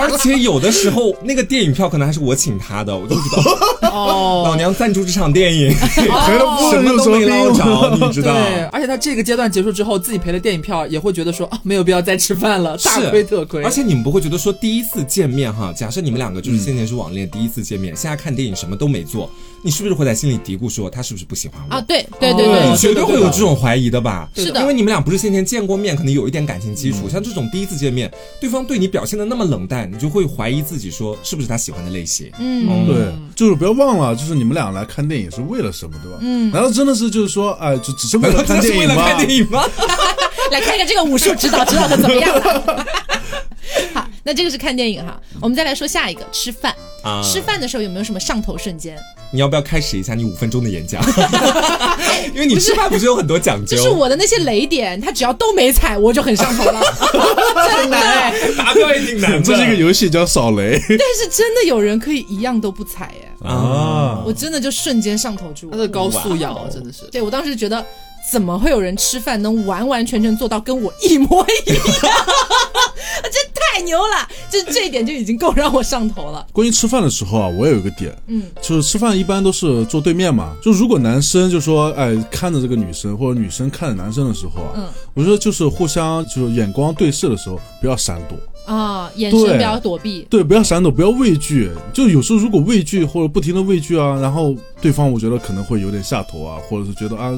S2: 而且有的时候那个电影票可能还是我请他的，我就会觉得
S3: 哦，
S2: 老娘赞助这场电影，
S4: 可不
S2: 什么
S4: 有
S2: 都没
S4: 什么
S2: 捞着，你知道。
S3: 对，而且他这个阶段结束入之后自己赔了电影票，也会觉得说啊没有必要再吃饭了，大
S2: 是
S3: 亏特亏。
S2: 而且你们不会觉得说第一次见面哈，假设你们两个就是先前是网恋，第一次见面，现在看电影什么都没做，你是不是会在心里嘀咕说他是不是不喜欢我
S1: 啊，？对对对
S3: 哦
S1: 对
S2: 你
S3: 对，
S2: 绝对会有这种怀疑的吧？
S1: 是的
S2: 因为你们俩不是先前见过面，可能有一点感情基础。像这种第一次见面，对方对你表现的那么冷淡，你就会怀疑自己说是不是他喜欢的类型。
S1: 嗯，
S4: 对，就是不要忘了，就是你们俩来看电影是为了什么，对吧？嗯，难道真的是就是说，哎，就只是为了
S2: 真
S4: 看
S2: 的是
S4: 电
S2: 为
S4: 影
S2: 了
S4: 吗
S2: 看？电影吗？
S1: 来看看这个武术指导指导的怎么样了。 好，那这个是看电影哈，我们再来说下一个吃饭。
S2: 啊
S1: 吃饭的时候有没有什么上头瞬间？
S2: 你要不要开始一下你五分钟的演 讲？因为你吃饭不是有很多讲究，
S1: 就是我的那些雷点，他只要都没踩，我就很上 头了，真的
S2: 啊
S1: 哎。
S2: 达标也挺难的。
S4: 这是一个游戏叫扫雷
S1: 但是真的有人可以一样都不踩耶，
S4: 啊
S1: 我真的就瞬间上头住
S3: 他。的高素养啊真的是。
S1: 对我当时觉得，怎么会有人吃饭能完完全全做到跟我一模一样？ 这太牛了！就这一点就已经够让我上头了。
S4: 关于吃饭的时候啊，我有一个点，
S1: 嗯，
S4: 就是吃饭一般都是坐对面嘛。就如果男生就说，哎，看着这个女生，或者女生看着男生的时候啊，
S1: 嗯
S4: 我觉得就是互相就是眼光对视的时候，不要闪躲，
S1: 啊、眼神
S4: 对
S1: 不要躲避。
S4: 对，不要闪躲，不要畏惧。就有时候如果畏惧或者不停的畏惧啊，然后对方我觉得可能会有点下头啊，或者是觉得啊，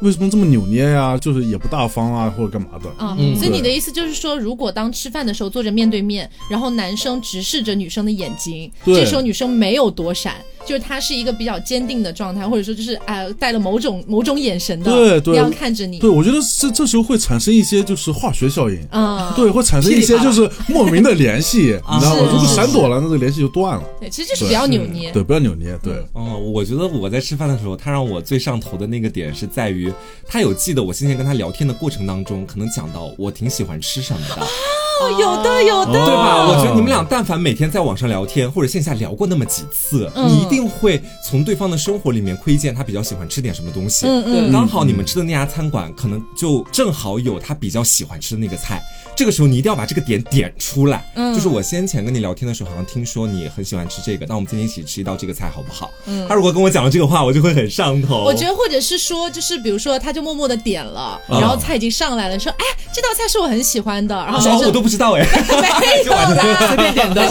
S4: 为什么这么扭捏呀、就是也不大方啊，或者干嘛的。
S1: 啊、
S2: 嗯
S1: 所以
S4: 对
S1: 你的意思就是说，如果当吃饭的时候坐着面对面，然后男生直视着女生的眼睛，
S4: 对
S1: 这时候女生没有躲闪，就是她是一个比较坚定的状态，或者说就是呃带了某种某种眼神的，
S4: 对对
S1: 那样看着你，
S4: 对，我觉得这这时候会产生一些就是化学效应。
S1: 啊、
S4: 对，会产生一些就是莫名的联 系，你知道吗？
S1: 是
S4: 如果
S1: 是嗯
S4: 闪躲了，那这个联系就断了。
S1: 对，其实就是比较扭捏，
S4: 对，不要扭捏，对，
S2: 哦，我觉得我在吃饭的时候，他让我最上头的那个点是在于，他有记得我先前跟他聊天的过程当中，可能讲到我挺喜欢吃什么的，
S1: 哦，有的有的，
S2: 对吧？
S4: 哦
S2: 我觉得你们俩但凡每天在网上聊天或者线下聊过那么几次，
S1: 嗯
S2: 你一定会从对方的生活里面窥见他比较喜欢吃点什么东西。
S1: 嗯嗯，
S2: 刚好你们吃的那家餐馆，可能就正好有他比较喜欢吃的那个菜。这个时候你一定要把这个点点出来。
S1: 嗯
S2: 就是我先前跟你聊天的时候，好像听说你很喜欢吃这个，那我们今天一起吃一道这个菜好不好？他如果跟我讲了这个话，我就会很上头。
S1: 嗯我觉得或者是说，就是比如说，他就默默的点了，
S2: 嗯
S1: 然后菜已经上来了，说，哎，这道菜是我很喜欢的，然后
S2: 说
S1: 男
S2: 哦
S1: 生
S2: 我都不知道哎。
S1: 没有啦，随便
S3: 点的。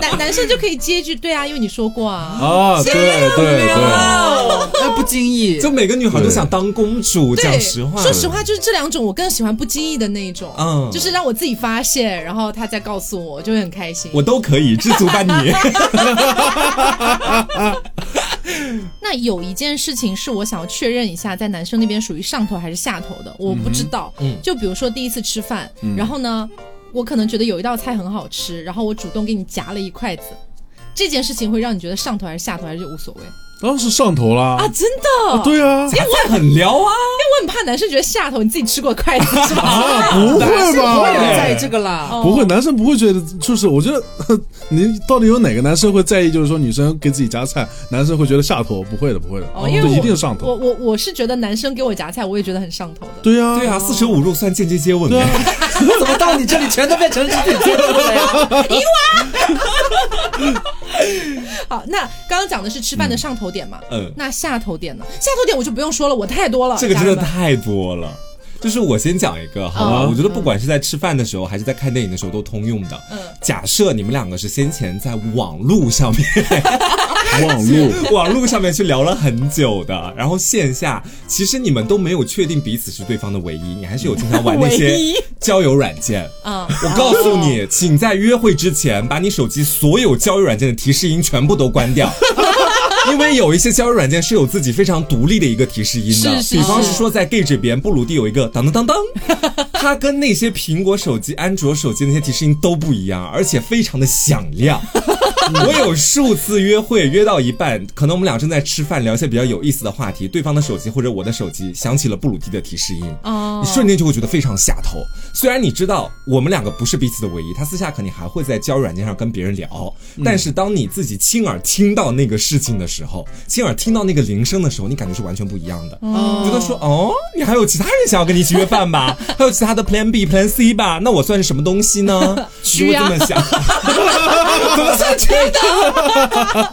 S1: 男男生就可以接一句，对啊，因为你说过啊。
S4: 啊，对对对，
S3: 那呃不经 意，
S2: 就每个女孩都想当公主，讲
S1: 对，
S2: 实话，
S1: 说实话，就是这两种，我更喜欢不经意的那一种，
S2: 嗯
S1: 就是让我自己发现，然后他再告诉我，我就会很开心。
S2: 我都可以，知足 吧你。
S1: 那有一件事情是我想要确认一下，在男生那边属于上头还是下头的，我不知道。
S2: 嗯
S1: 就比如说第一次吃饭，
S4: 嗯
S1: 然后呢，我可能觉得有一道菜很好吃，然后我主动给你夹了一筷子，这件事情会让你觉得上头还是下头，还是无所谓
S4: 当然是上头啦
S1: 啊？，真的？
S4: 啊对啊，
S2: 因为很撩啊，
S1: 我很怕男生觉得下头，你自己吃过筷子是吧？
S4: 啊，不
S3: 男
S4: 会
S3: 生不会有人
S4: 吧？
S3: 在意这个啦。
S1: 哦
S4: 不会，男生不会觉得，就是我觉得，呵你到底有哪个男生会在意，就是说女生给自己夹菜，男生会觉得下头？不会的，不会的，
S1: 哦，因为
S4: 这
S1: 我
S4: 一定上头
S1: 我。我我是觉得男生给我夹菜，我也觉得很上头 的。
S4: 对呀，
S2: 对啊，四舍五入算间接接吻
S4: 对啊
S2: 哎。
S3: 怎么到你这里全都变成肢体接触了 呀？
S1: 好，那刚刚讲的是吃饭的上头点嘛？
S2: 嗯
S1: 那下头点呢？下头点我就不用说了，我太多了。
S2: 这个
S1: 家
S2: 真
S1: 人
S2: 的
S1: 们
S2: 太多了。就是我先讲一个，好吧？
S1: 嗯
S2: 我觉得不管是在吃饭的时候，还是在看电影的时候，都通用的。
S1: 嗯
S2: 假设你们两个是先前在网络上面，
S4: 网 络，
S2: 网络上面去聊了很久的，然后线下其实你们都没有确定彼此是对方的唯一，你还是有经常玩那
S1: 唯
S2: 些
S1: 一
S2: 交友软件。
S1: 啊。
S2: 我告诉你，请在约会之前把你手机所有交友软件的提示音全部都 关掉。因为有一些交友软件是有自己非常独立的一个提示音的，
S1: 是是
S2: 比方
S1: 是
S2: 是说在 gay 这边，布鲁蒂有一个 当当当当，它跟那些苹果手机、安卓手机那些提示音都不一样，而且非常的响亮。我有数次约会，约到一半，可能我们俩正在吃饭，聊一些比较有意思的话题，对方的手机或者我的手机响起了布鲁蒂的提示音，
S1: 哦
S2: 你瞬间就会觉得非常下头。虽然你知道我们两个不是彼此的唯一，他私下肯定还会在交友软件上跟别人聊，但是当你自己亲耳听到那个事情的时候，亲耳听到那个铃声的时候，你感觉是完全不一样的。
S1: 哦
S2: 觉得说哦，你还有其他人想要跟你一起约饭吧？还有其他的 Plan B、Plan C 吧？那我算是什么东西呢？ 你
S1: 蛆
S2: 会
S1: 啊
S2: 这么想， 怎么算蛆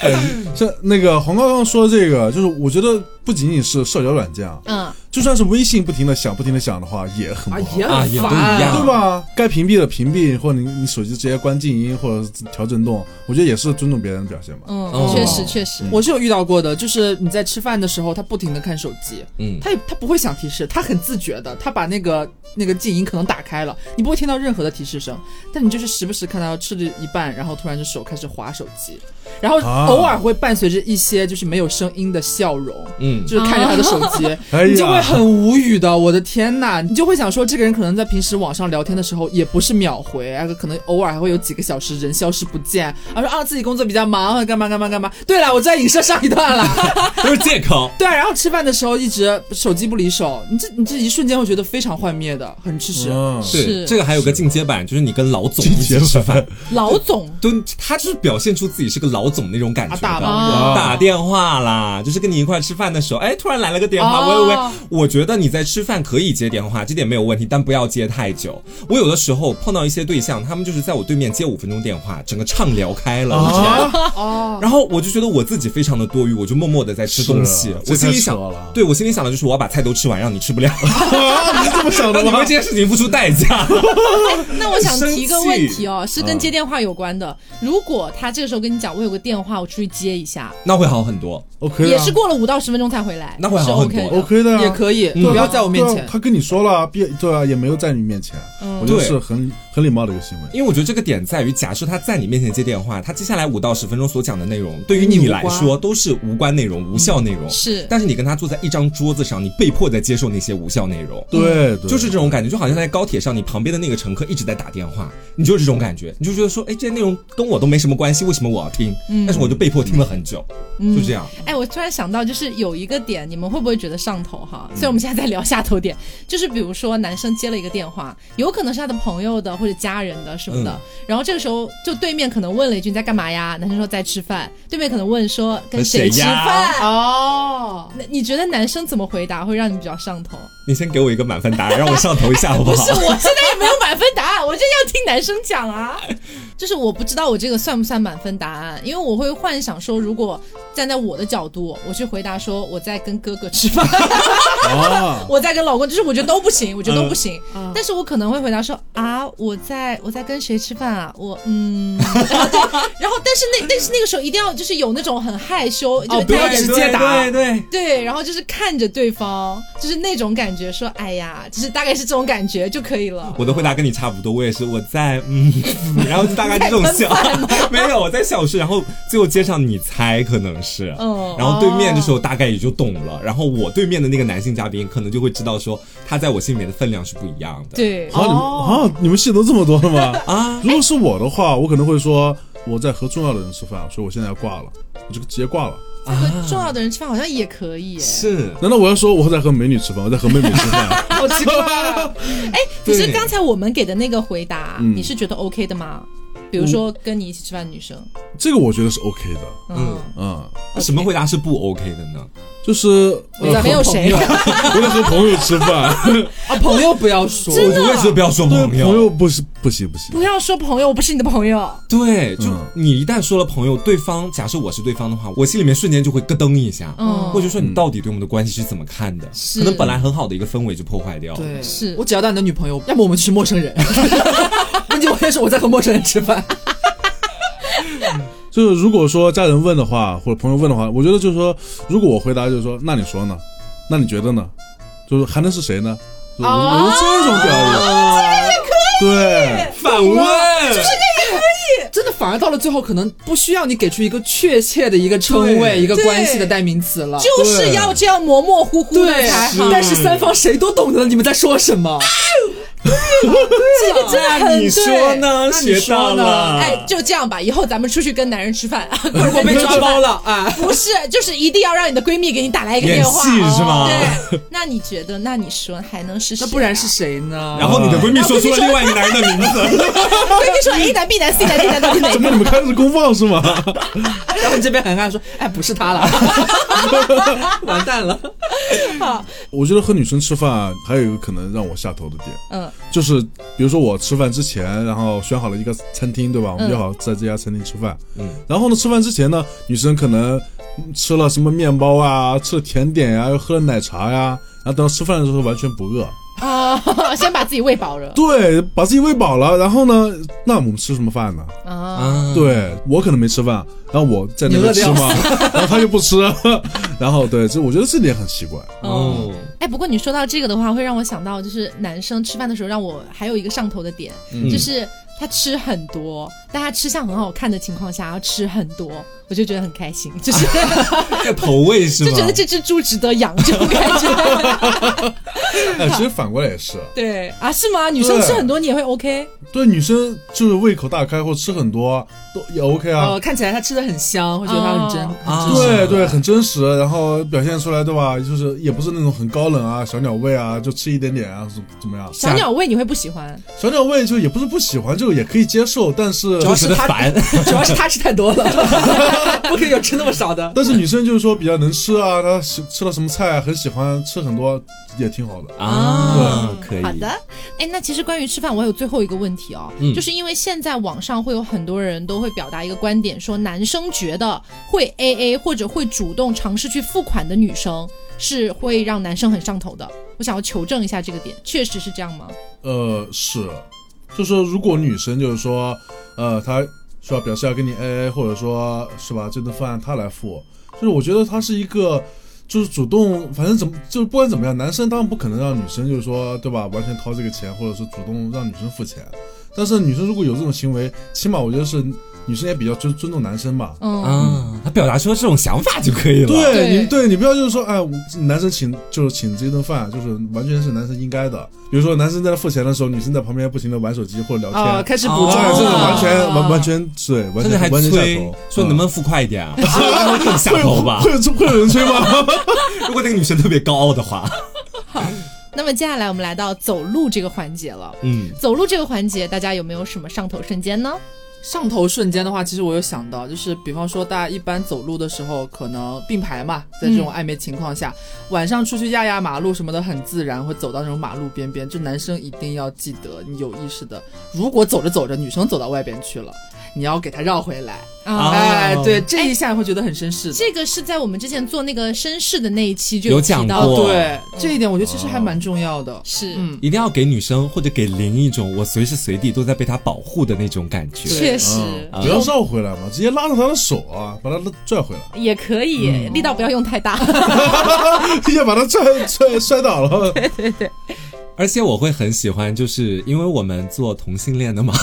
S2: 嗯
S4: 像那个黄刚刚说的这个，就是我觉得不仅仅是社交软件啊，
S1: 嗯，
S4: 就算是微信不停的响、不停的响的话，也很
S3: 啊
S4: 不好。
S3: 也
S2: 啊
S3: 很
S2: 也不一样
S3: 烦，
S4: 对吧？该屏蔽的屏蔽，或者你你手机直接关静音，或者是调震动，我觉得也是尊重别人的表现吧。
S1: 嗯
S2: 哦，
S1: 确实确实，
S3: 我是有遇到过的，就是你在吃饭的时候，他不停的看手机，
S2: 嗯，
S3: 他也他不会想提示，他很自觉的，他把那个那个静音可能打开了，你不会听到任何的提示声，但你就是时不时看到吃着一半，然后突然就手开始划手机，然后
S4: 啊
S3: 偶尔会伴随着一些就是没有声音的笑容，
S2: 嗯
S3: 就是看着他的手机，
S4: 哎
S3: 你就会
S4: 呀，
S3: 很无语的。我的天呐，你就会想说，这个人可能在平时网上聊天的时候也不是秒回，啊，可能偶尔还会有几个小时人消失不见，啊说啊自己工作比较忙，啊干嘛干嘛干嘛。对了，我在影射上一段了。
S2: 都是借口。
S3: 对，啊然后吃饭的时候一直手机不离手，你这你这一瞬间会觉得非常幻灭的，很吃屎。
S4: 嗯
S1: 是
S2: 对，这个还有个进阶版，就是你跟老 总一起吃饭，
S1: 老总
S2: 蹲，他就是表现出自己是个老总那种感觉的。
S3: 啊大忙
S1: 啊，
S2: 打电话啦，就是跟你一块吃饭的时候，哎，突然来了个电话，喂
S3: 哦
S2: 喂喂，我觉得你在吃饭可以接电话，这点没有问题，但不要接太久。我有的时候碰到一些对象，他们就是在我对面接五分钟电话，整个畅聊开了。你知道吗
S4: 啊，
S3: 哦，
S2: 然后我就觉得我自己非常的多余，我就默默的在吃东西
S4: 是啊。
S2: 我心里
S4: 这太
S2: 想
S4: 扯了，
S2: 对我心里想的就是我要把菜都吃完，让你吃 不了，
S4: 你是这么想
S2: 让
S4: 的
S2: 啊你
S4: 吗
S2: 为这？件事情付出代价。
S1: 那我想提个问题哦，
S4: 气
S1: 是
S2: 嗯
S1: 跟接电话有关的。如果他这个时候跟你讲我有个电话，我出去接一下，
S2: 那会好很多，
S4: OK 的
S1: 也
S4: 啊
S1: 是过了五到十分钟才回来，
S2: 那会
S1: 是
S2: 好很
S1: OK
S2: 多
S1: 的。
S4: OK 的呀，啊
S3: 也可以，
S2: 嗯
S3: 不要在我面
S4: 对
S3: 前嗯
S4: 啊。他跟你说了，别对啊，也没有在你面前，我觉得是很很礼貌的一个行为。
S2: 因为我觉得这个点在于，假设他在你面前接电话，他接下来五到十分钟所讲的内容，对于你来说都是无关内容、无效内容。
S1: 是
S2: 但是你跟他坐在一张桌子上，你被迫在接受那些无效内容。
S4: 对，对
S2: 就是这种感觉，就好像在高铁上，你旁边的那个乘客一直在打电话，你就是这种感觉，你就觉得说，哎，这些内容跟我都没什么关系，为什么我要听？
S3: 嗯
S2: 但是我就被迫听了很久，就这样。
S1: 哎，我突然想到，就是有一个点，你们会不会觉得上头哈？所以我们现在在聊下头点，就是比如说男生接了一个电话，有可能是他的朋友的或者家人的什么的，
S2: 嗯
S1: 然后这个时候就对面可能问了一句你在干嘛呀？男生说在吃饭，对面可能问说跟谁
S2: 跟
S1: 吃
S2: 谁呀
S1: 饭。
S4: 啊
S3: 哦，
S1: 那你觉得男生怎么回答会让你比较上头？
S2: 你先给我一个满分答案，让我上头一下，好
S1: 不
S2: 好
S1: 是，？我现在也没有满分答案，我就要听男生讲啊。就是我不知道我这个算不算满分答案，因为我会幻想说，如果站在我的角度，我去回答说我在跟哥哥吃饭，
S4: 啊，
S1: 我在跟老公，就是我觉得都不行，我觉得都不行。
S3: 嗯
S1: 但是我可能会回答说啊，我在我在跟谁吃饭啊？我嗯，然后但是那但是那个时候一定要就是有那种很害羞，就是
S3: 不要
S1: 大家
S3: 直接答
S2: 对对对，
S1: 对，然后就是看着对方，就是那种感觉，说哎呀，就是大概是这种感觉就可以了。
S2: 我的回答跟你差不多，我也是，我在嗯， 然后就大概这种笑， 没有我在小事，然后最后接上你猜可能是，
S1: 嗯
S2: 然后对面的时候大概也就懂了，然后我对面的那个男性嘉宾可能就会知道说他在我心里面的分量是不一样的，
S1: 对，
S4: 好，你们
S3: 哦
S4: 啊，你们戏都这么多了吗？
S2: 啊，
S4: 如果是我的话，我可能会说我在和重要的人吃饭，所以我现在要挂了，我就直接挂了。
S1: 和重要的人吃饭好像也可以。
S2: 是
S4: 难道我要说我在和美女吃饭，我在和妹妹吃 饭？
S3: 好奇怪 啊。
S1: 哎，可是
S2: 对
S1: 刚才我们给的那个回答，
S4: 嗯
S1: 你是觉得 OK 的吗？比如说跟你一起吃饭的女生，
S4: 这个我觉得是 OK 的，
S1: 嗯，
S4: 嗯，
S2: 那什么回答是不 OK 的呢？
S4: 就是
S1: 没有
S4: 呃
S1: 没有
S4: 和
S1: 谁
S4: 我在和朋友吃 饭，
S3: 啊，朋友不要说，
S2: 我就会觉得不要说
S4: 对
S2: 朋
S4: 朋友不是不行不行，
S1: 不要说朋友，我不是你的朋友。
S2: 对，就
S4: 嗯
S2: 你一旦说了朋友，对方假设我是对方的话，我心里面瞬间就会咯噔一下，
S1: 嗯
S2: 我就说你到底对我们的关系是怎么看的？
S1: 是
S2: 可能本来很好的一个氛围就破坏掉了。
S3: 对，
S1: 是
S3: 我只要当你的女朋友，要么我们去陌生人，那就我也是我在和陌生人吃饭。
S4: 就是如果说家人问的话，或者朋友问的话，我觉得就是说，如果我回答就是说，那你说呢？那你觉得呢？就是还能是谁呢？我
S1: 哦
S4: 我是这种表演，对，
S2: 反问，
S3: 真的反而到了最后，可能不需要你给出一个确切的一个称谓、
S2: 对
S3: 一个关系的代名词了。
S1: 就是要这样模模糊糊的
S3: 对
S1: 才，好。
S3: 但是三方谁都懂得你们在说什 么。
S1: 这个真的很
S2: 你说
S1: 对。
S2: 呢？
S3: 那你
S2: 学到
S3: 说呢
S2: 了，
S1: 哎，就这样吧，以后咱们出去跟男人吃饭，啊
S3: 如果被抓包了啊，
S1: 不是，就是一定要让你的闺蜜给你打来一个
S2: 演
S1: 电话
S2: 戏。是吗？
S1: 对，那你觉得？那你说还能是谁
S3: 那
S1: 啊？
S3: 不然是谁呢？
S2: 然后你的闺蜜说出了另外一个男人的名 字，
S1: 闺蜜说 A 男、B 男、C 男、D 男到底哪
S4: 怎
S1: 个？
S4: 么你们开始公放是 吗？
S3: 然后你这边很尴尬说，哎，不是他了，完蛋了。
S4: 我觉得和女生吃饭还有一个可能让我下头的点，
S1: 嗯
S4: 就是比如说我吃饭之前，然后选好了一个餐厅，对吧？我
S1: 嗯
S4: 们约好在这家餐厅吃饭。
S2: 嗯
S4: 然后呢，吃饭之前呢，女生可能嗯吃了什么面包啊，吃了甜点呀、又喝了奶茶呀、然后等到吃饭的时候完全不饿，
S1: 啊，先把自己喂饱了
S4: 对，把自己喂饱了，然后呢，那我们吃什么饭呢？
S1: 啊。
S2: 啊，
S4: 对我可能没吃饭，然后我在那
S3: 嗯你饿得
S4: 边吃
S3: 要
S4: 嘛， 然后他又不吃，然后对，这我觉得这点很 奇怪。
S2: 哦，
S1: 哎，不过你说到这个的话，会让我想到，就是男生吃饭的时候，让我还有一个上头的点，
S4: 嗯
S1: 就是他吃很多，但他吃相很好看的情况下，要吃很多，我就觉得很开心，就是、
S2: 在投喂是吗？
S1: 就觉得这只猪值得养这种感觉。
S4: 哎，其实反过来也是，
S1: 对啊，是吗？女生吃很多你也会 OK？
S4: 对女生就是胃口大开或吃很多都也 OK 啊。
S3: 哦，看起来他吃的很香，会觉得他很真
S1: 哦，
S2: 啊
S3: 很真实
S4: 对对，很真实，然后表现出来，对吧？就是也不是那种很高冷啊，小鸟胃啊，就吃一点点啊，怎么怎么样？
S1: 小鸟胃你会不喜欢？
S4: 小鸟胃就也不是不喜欢，这个也可以接受，但是
S3: 主要是
S2: 觉得
S3: 他
S2: 烦，
S3: 主要是他吃太多了，不可以有吃那么少的。
S4: 但是女生就是说比较能吃啊，她喜吃了什么菜啊很喜欢吃很多，也挺好的。
S2: 啊，可以，
S1: 哦好的，哎，那其实关于吃饭，我还有最后一个问题哦，
S2: 嗯
S1: 就是因为现在网上会有很多人都会表达一个观点，说男生觉得会 A A 或者会主动尝试去付款的女生是会让男生很上头的。我想要求证一下这个点，确实是这样吗？
S4: 呃，是，就说如果女生就是说，呃，她是吧，表示要跟你 AA，或者说是吧，这顿饭她来付，就是我觉得她是一个。就是主动，反正怎么就是不管怎么样，男生当然不可能让女生就是说对吧，完全掏这个钱，或者是主动让女生付钱。但是女生如果有这种行为，起码我觉得是女生也比较尊尊重男生吧。
S1: 嗯，
S2: 啊，他表达出这种想法就可以了。
S4: 对
S1: 对
S4: 你，对你不要就是说，哎，我男生请就是请这顿饭，就是完全是男生应该的。比如说男生在那付钱的时候，女生在旁边不停的玩手机或者聊天，
S3: 啊，开始补
S2: 哦
S3: 妆
S4: 哎，这种
S3: 了
S4: 完全
S1: 啊
S4: 完完全对，完
S2: 甚至
S4: 全
S2: 还
S4: 完全下
S2: 催
S4: 头，
S2: 说能不能付快一点啊？那会更下头吧
S4: 会？有会有人催吗？
S2: 如果那个女生特别高傲的话，
S1: 那么接下来我们来到走路这个环节了。
S2: 嗯，
S1: 走路这个环节，大家有没有什么上头瞬间呢？
S3: 上头瞬间的话，其实我有想到，就是比方说大家一般走路的时候，可能并排嘛，在这种暧昧情况下，晚上出去压压马路什么的很自然，会走到那种马路边边。就男生一定要记得，你有意识的，如果走着走着女生走到外边去了，你要给她绕回来。
S2: 哦
S3: 哎，对，这一下会觉得很绅士的。
S1: 这个是在我们之前做那个绅士的那一期就
S2: 有
S1: 提
S2: 讲
S1: 到
S2: 过
S1: 的，
S3: 对，这一点我觉得其实还蛮重要的。
S1: 是。
S3: 嗯，
S2: 一定要给女生或者给零一种我随时随地都在被她保护的那种感觉。
S3: 对
S1: 确实，
S4: 嗯不要绕回来嘛，直接拉着他的手啊，把他拽回来，
S1: 也可以，
S2: 嗯
S1: 力道不要用太大。
S4: 要把他拽拽摔倒了。
S2: 而且我会很喜欢，就是因为我们做同性 恋的嘛，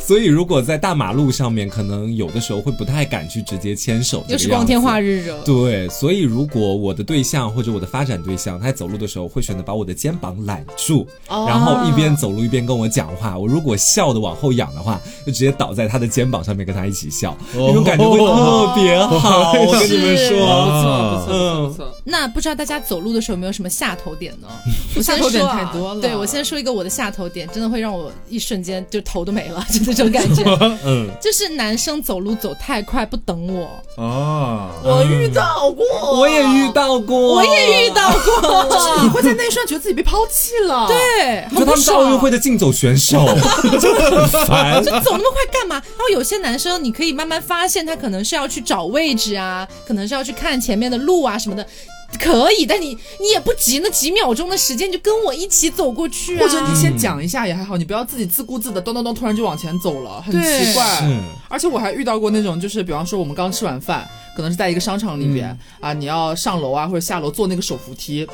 S2: 所以如果在大马路上面，可能有的时候会不太敢去直接牵手，
S1: 又是光天化
S2: 日。
S1: 日热，
S2: 对，所以如果我的对象或者我的发展对象，他在走路的时候会选择把我的肩膀揽住，
S1: 哦
S2: 然后一边走路一边跟我讲话。我如果笑的往后仰的话，就直接倒在他的肩膀上面跟他一起笑，那种感觉会特别好。哦我跟你们
S1: 是
S2: 说，
S3: 不错不错不
S2: 嗯，
S3: 错。
S1: 那不知道大家走路的时候有没有什么下头 点呢？
S3: 我
S1: 我
S3: 下
S1: 先
S3: 头点
S1: 说啊
S3: 太多了
S1: 对我先说一个我的下头点，真的会让我一瞬间就头都没了， 就那种感 觉。
S2: 嗯，
S1: 就是男生走路走太快不等我，
S4: 啊，
S3: 嗯
S2: 我遇到 过，嗯我也遇到过，
S1: 我也遇。到过。
S3: 你会在那一瞬间觉得自己被抛弃了。对
S1: 对，
S2: 就
S1: 很不
S2: 他们是奥运会
S1: 爽。
S2: 的竞走 选手，真的很烦
S1: 就。走那么快干嘛？然后有些男生，你可以慢慢发现，他可能是要去找位置啊，可能是要去看前面的路啊什么的，可以。但你你也不急那几秒钟的时间，你就跟我一起走过去啊。
S3: 或者你先讲一下也还好，你不要自己自顾自的咚咚咚突然就往前走了，很
S1: 对
S3: 奇怪
S2: 是。
S3: 而且我还遇到过那种，就是比方说我们刚吃完饭，可能是在一个商场里边、啊，你要上楼啊或者下楼坐那个手扶梯。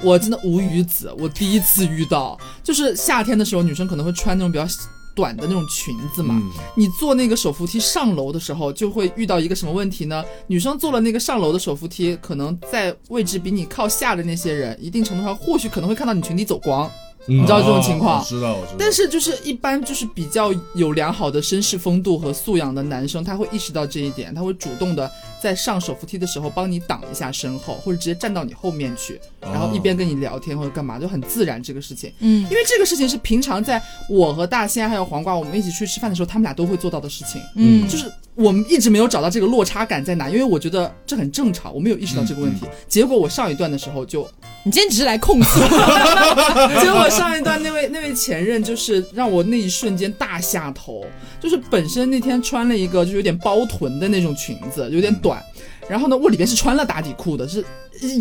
S3: 我真的无语子，我第一次遇到，就是夏天的时候，女生可能会穿那种比较短的那种裙子嘛，
S4: 嗯
S3: 你坐那个手扶梯上楼的时候，就会遇到一个什么问题呢？女生坐了那个上楼的手扶梯，可能在位置比你靠下的那些人，一定程度上或许可能会看到你裙底走光，
S2: 你
S3: 你知道这种情况
S4: 我知道，我知道。
S3: 但是就是一般就是比较有良好的绅士风度和素养的男生，他会意识到这一点，他会主动的在上手扶梯的时候帮你挡一下身后，或者直接站到你后面去，然后一边跟你聊天或者干嘛，就很自然这个事情。
S1: 嗯
S3: 因为这个事情是平常在我和大仙还有黄瓜我们一起去吃饭的时候，他们俩都会做到的事情。
S1: 嗯，
S3: 就是是我们一直没有找到这个落差感在哪，因为我觉得这很正常，我没有意识到这个问题。结果我上一段的时候就，
S1: 你今天只是来控诉，
S3: 结果上一段那位那位前任就是让我那一瞬间大下头，就是本身那天穿了一个就有点包臀的那种裙子，有点短。然后呢，我里边是穿了打底裤的，是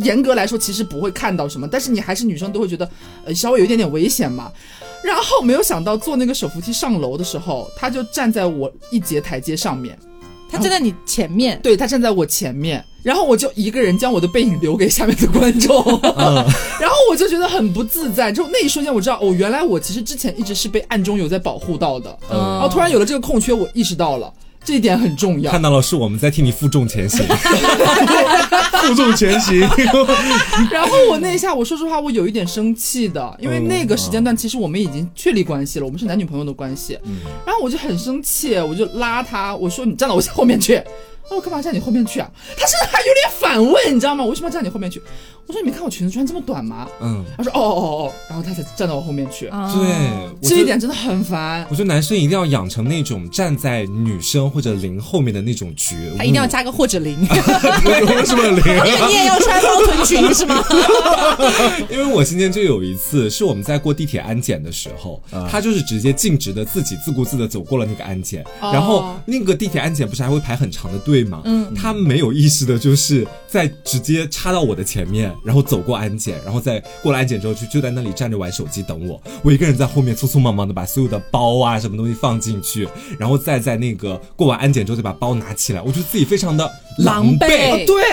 S3: 严格来说其实不会看到什么，但是你还是女生都会觉得，呃，稍微有一点点危险嘛。然后没有想到坐那个手扶梯上楼的时候，他就站在我一节台阶上面，
S1: 他站在你前面，
S3: 对他站在我前面，然后我就一个人将我的背影留给下面的观众， 然后我就觉得很不自在。就那一瞬间，我知道哦，原来我其实之前一直是被暗中有在保护到的，
S1: 嗯
S3: 然后突然有了这个空缺，我意识到了这一点很重要
S2: 看。到了，是我们在替你负重前行。
S4: 负重前行。
S3: 然后我那一下，我说实话，我有一点生气的，因为那个时间段其实我们已经确立关系了，我们是男女朋友的关系。然后我就很生气，我就拉他，我说你站到我后面去。啊，我干嘛站你后面去啊？他甚至还有点反问，你知道吗？我为什么要站你后面去？我说你没看我裙子穿这么短吗？
S2: 嗯，
S3: 他说哦哦哦哦，然后他才站到我后面去。
S1: 啊
S2: 对，我
S3: 这
S2: 觉
S3: 一
S2: 得
S3: 点真的很烦。
S2: 我觉得男生一定要养成那种站在女生或者零后面的那种觉悟，
S1: 他一定 要加个或者零，
S4: 为什么零？
S1: 你也要穿包臀裙是 吗？
S2: 因为我今天就有一次，是我们在过地铁安检的时候，他就是直接径直的自己自顾自的走过了那个安检，
S3: 哦
S2: 然后那个地铁安检不是还会排很长的队吗？他没有意识的就是在直接插到我的前面，然后走过安检，然后再过了安检之后就就在那里站着玩手机等我，我一个人在后面匆匆忙忙的把所有的包啊什么东西放进去，然后再在那个过完安检之后再把包拿起来，我觉得自己非常的
S1: 狼狈
S2: 狈
S1: 对
S3: 对，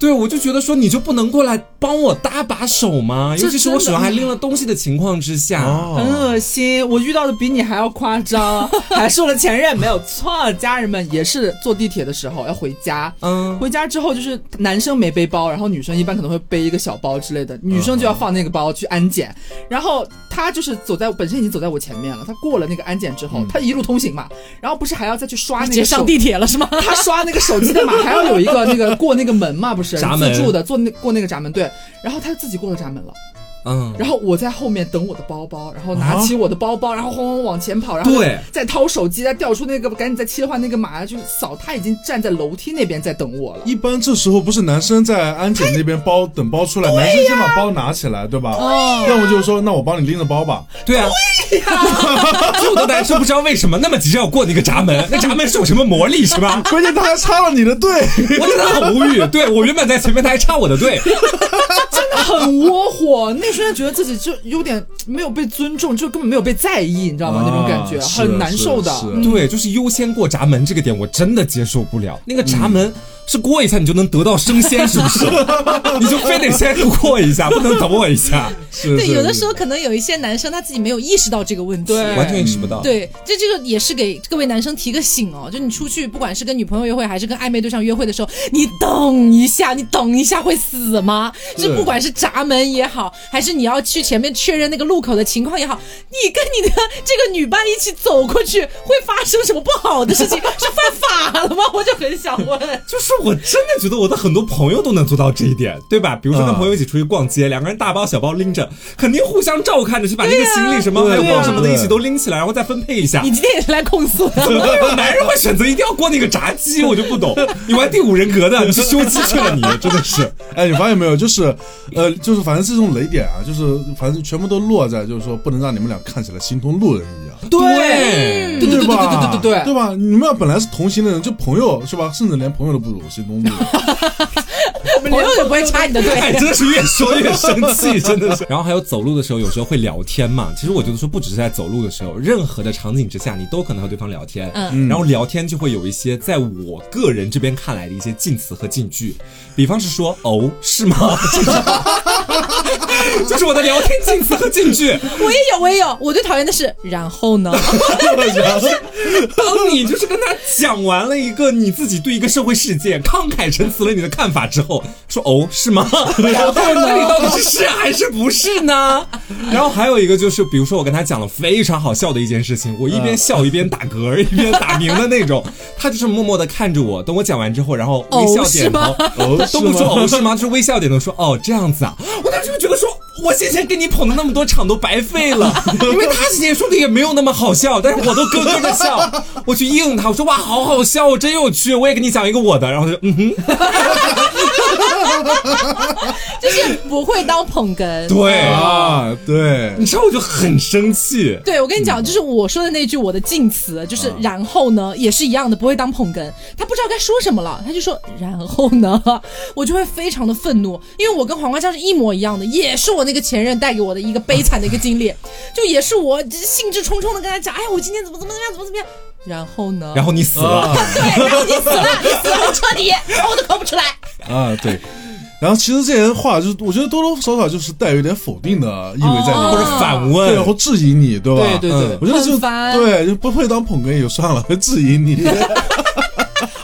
S2: 对，我就觉得说你就不能过来帮我搭把手吗？
S3: 这
S2: 尤其是我手上还拎了东西的情况之下，
S3: 很恶心。我遇到的比你还要夸张，还是我的前任，没有错。家人们也是坐地铁的时候要回家，
S2: 嗯，
S3: 回家之后就是男生没背包，然后女生一般可能会背一个小包之类的，女生就要放那个包去安检。然后他就是走在本身已经走在我前面了，他过了那个安检之后，他一路通行嘛，然后不是还要再去刷
S1: 直
S3: 那
S1: 接
S3: 个
S1: 上
S3: 手
S1: 地铁了是吗？
S3: 他刷那个手机的码，还要有一个那个过那个门嘛，不 是
S2: 闸门
S3: 自助的，坐那过那个闸门，对。然后他自己过了闸门了，
S2: 嗯，
S3: 然后我在后面等我的包包，然后拿起我的包包，然后慌慌往前跑，然后
S2: 对
S3: 再掏手机，再调出那个，赶紧再切换那个码，就是扫。他已经站在楼梯那边在等我了。
S4: 一般这时候不是男生在安检那边包等包出来，男生先把包拿起来，对吧？要么就是说，那我帮你拎着包吧。
S2: 对啊， 就的男生不知道为什么那么急着要过那个闸门，那闸门是有什么魔力是 吧？
S4: 关键他还插了你的队，
S2: 我真的很无语。对我原本在前面，他还插我 的队，
S3: 真的很窝火，那瞬间觉得自己就有点没有被尊重，就根本没有被在意，你知道吗？
S4: 啊
S3: 那种感觉
S4: 是
S3: 很难受的。
S4: 是
S1: 嗯
S4: 是
S2: 对，就是优先过闸门这个点，我真的接受不了。那个闸
S1: 嗯
S2: 门是过一下你就能得到升仙，是 不是？你就非得先过一下，不能等我一下，
S4: 是
S1: 对，
S4: 是
S1: 有的
S4: 是
S1: 时候可能有一些男生他自己没有意识到这个问题。
S3: 对
S2: 完全意识不到。
S1: 对，这这个也是给各位男生提个醒哦，就你出去不管是跟女朋友约会还是跟暧昧对象约会的时候，你等一下，你等一下会死吗？
S4: 对
S1: 是不管是闸门也好，还是你要去前面确认那个路口的情况也好，你跟你的这个女伴一起走过去，会发生什么不好的事情？是犯法了吗？ 我就很想问。
S2: 就是我真的觉得我的很多朋友都能做到这一点，对吧？比如说跟朋友一起出去逛街，两个人大包小包拎着，肯定互相照看着去把那个行李什么、
S4: 对
S2: 还
S4: 啊
S2: 有包什么的
S4: 对啊
S2: 一起都拎起来，然后再分配一下
S1: 你。今天也是来控诉的
S2: 怎
S1: 吗
S2: 么？会有 男人会选择一定要过那个闸机？我就不懂。你玩第五人格的，你是修机去了你，真的是。
S4: 哎，你发现没有？就是，呃，就是反正这种雷点啊，就是反正全部都落在，就是说不能让你们俩看起来形同路人一样，
S2: 对
S3: 对对对
S4: 吧？
S3: 对对对对
S4: 对吧？你们俩本来是同行的人，就朋友是吧？甚至连朋友都不如，形同路人。
S1: 朋友也不会插你的队。
S2: 哎，真的是越说越生气，真的是。然后还有走路的时候，有时候会聊天嘛。其实我觉得说，不只是在走路的时候，任何的场景之下，你都可能和对方聊天。嗯，然后聊天就会有一些在我个人这边看来的一些近词和近句，比方是说“哦，是吗？”就是我的聊天近词和近句。
S1: 我也有，我也有。我最讨厌的是，然后呢？
S2: 当你就是跟他讲完了一个你自己对一个社会事件慷慨陈词了你的看法之后，说哦是吗？然后那你到底是是还是不是呢？ 然后还有一个就是，比如说我跟他讲了非常好笑的一件事情，我一边笑一边打嗝，一边打鸣的那种，他就是默默的看着我，等我讲完之后，然后微笑点头，
S1: 哦
S4: 哦，
S2: 都不
S4: 是
S2: 说
S4: 吗
S2: 哦是吗？就是微笑点头说哦这样子啊，我当时就觉得说我先前给你捧的那么多场都白费了， 因为他之前说的也没有那么好笑，但是我都咯咯的笑，我去应他，我说哇，好好笑，我真有趣，我也给你讲一个我的，然后他就嗯哼，
S1: 就是不会当捧哏。
S2: 对，
S4: 啊，对，
S2: 你知道我就很生气，
S1: 对，我跟你
S2: 嗯
S1: 讲，就是我说的那句我的敬词，
S2: 啊
S1: 就是然后呢，也是一样的，不会当捧哏，他不知道该说什么了，他就说然后呢， 我就会非常的愤怒，因为我跟黄瓜酱是一模一样的，也是我那个前任带给我的一个悲惨的一个经历， 就也是我兴致冲冲的跟他讲，哎呀，我今天怎么怎么怎么样，怎么怎么样，然后呢，
S2: 然后你死了，
S1: 对，然后你死了，你死了很彻 底，然后我都咳不出来，
S4: 啊，对。然后其实这些话，就是我觉得多多少少就是带有一点否定的意味在里面，
S1: 哦
S2: 或者反问
S4: 对，，或质疑你，对吧？
S3: 对对对
S4: 嗯我觉得就
S1: 很烦
S4: 对，就不会当捧哏也就算了，会质疑你。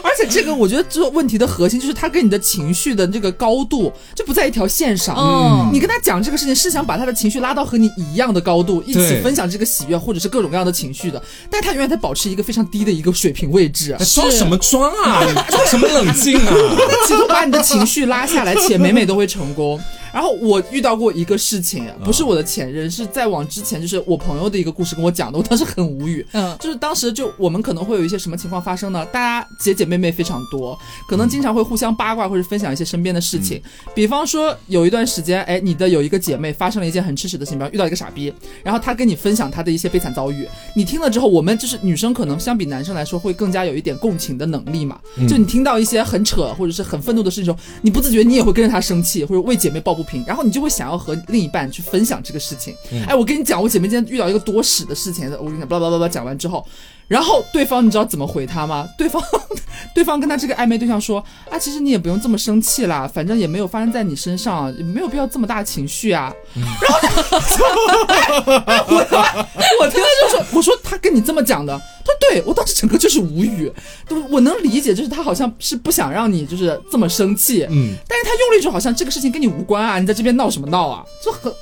S3: 而且这个我觉得这问题的核心就是他跟你的情绪的这个高度就不在一条线上。
S1: 嗯
S3: 你跟他讲这个事情是想把他的情绪拉到和你一样的高度，一起
S2: 对
S3: 分享这个喜悦或者是各种各样的情绪的，但他永远在保持一个非常低的一个水平位置。
S2: 哎装什么装啊，装什么冷静啊，
S3: 企图把你的情绪拉下来，且每每都会成功。然后我遇到过一个事情，不是我的前任，是再往之前，就是我朋友的一个故事跟我讲的，我当时很无语。
S1: 嗯
S3: 就是当时就我们可能会有一些什么情况发生呢？大家姐姐妹妹非常多，可能经常会互相八卦或者分享一些身边的事情。比方说有一段时间，哎，你的有一个姐妹发生了一件很吃屎的事情，比方遇到一个傻逼，然后她跟你分享她的一些悲惨遭遇，你听了之后，我们就是女生可能相比男生来说会更加有一点共情的能力嘛。就你听到一些很扯或者是很愤怒的事情的时候，你不自觉你也会跟着她生气，或者为姐妹抱不平，然后你就会想要和另一半去分享这个事情。哎，我跟你讲，我姐妹今天遇到一个多屎的事情，我跟你讲，巴拉巴拉巴拉讲完之后，然后对方你知道怎么回他吗？对方 对方跟他这个暧昧对象说啊，其实你也不用这么生气啦，反正也没有发生在你身上，也没有必要这么大情绪啊。然后就哎 我我听到就说，我说他跟你这么讲的，他说对我当时整个就是无语，都我能理解，就是他好像是不想让你就是这么生气，
S2: 嗯，
S3: 但是他用了一种好像这个事情跟你无关啊，你在这边闹什么闹啊，就 很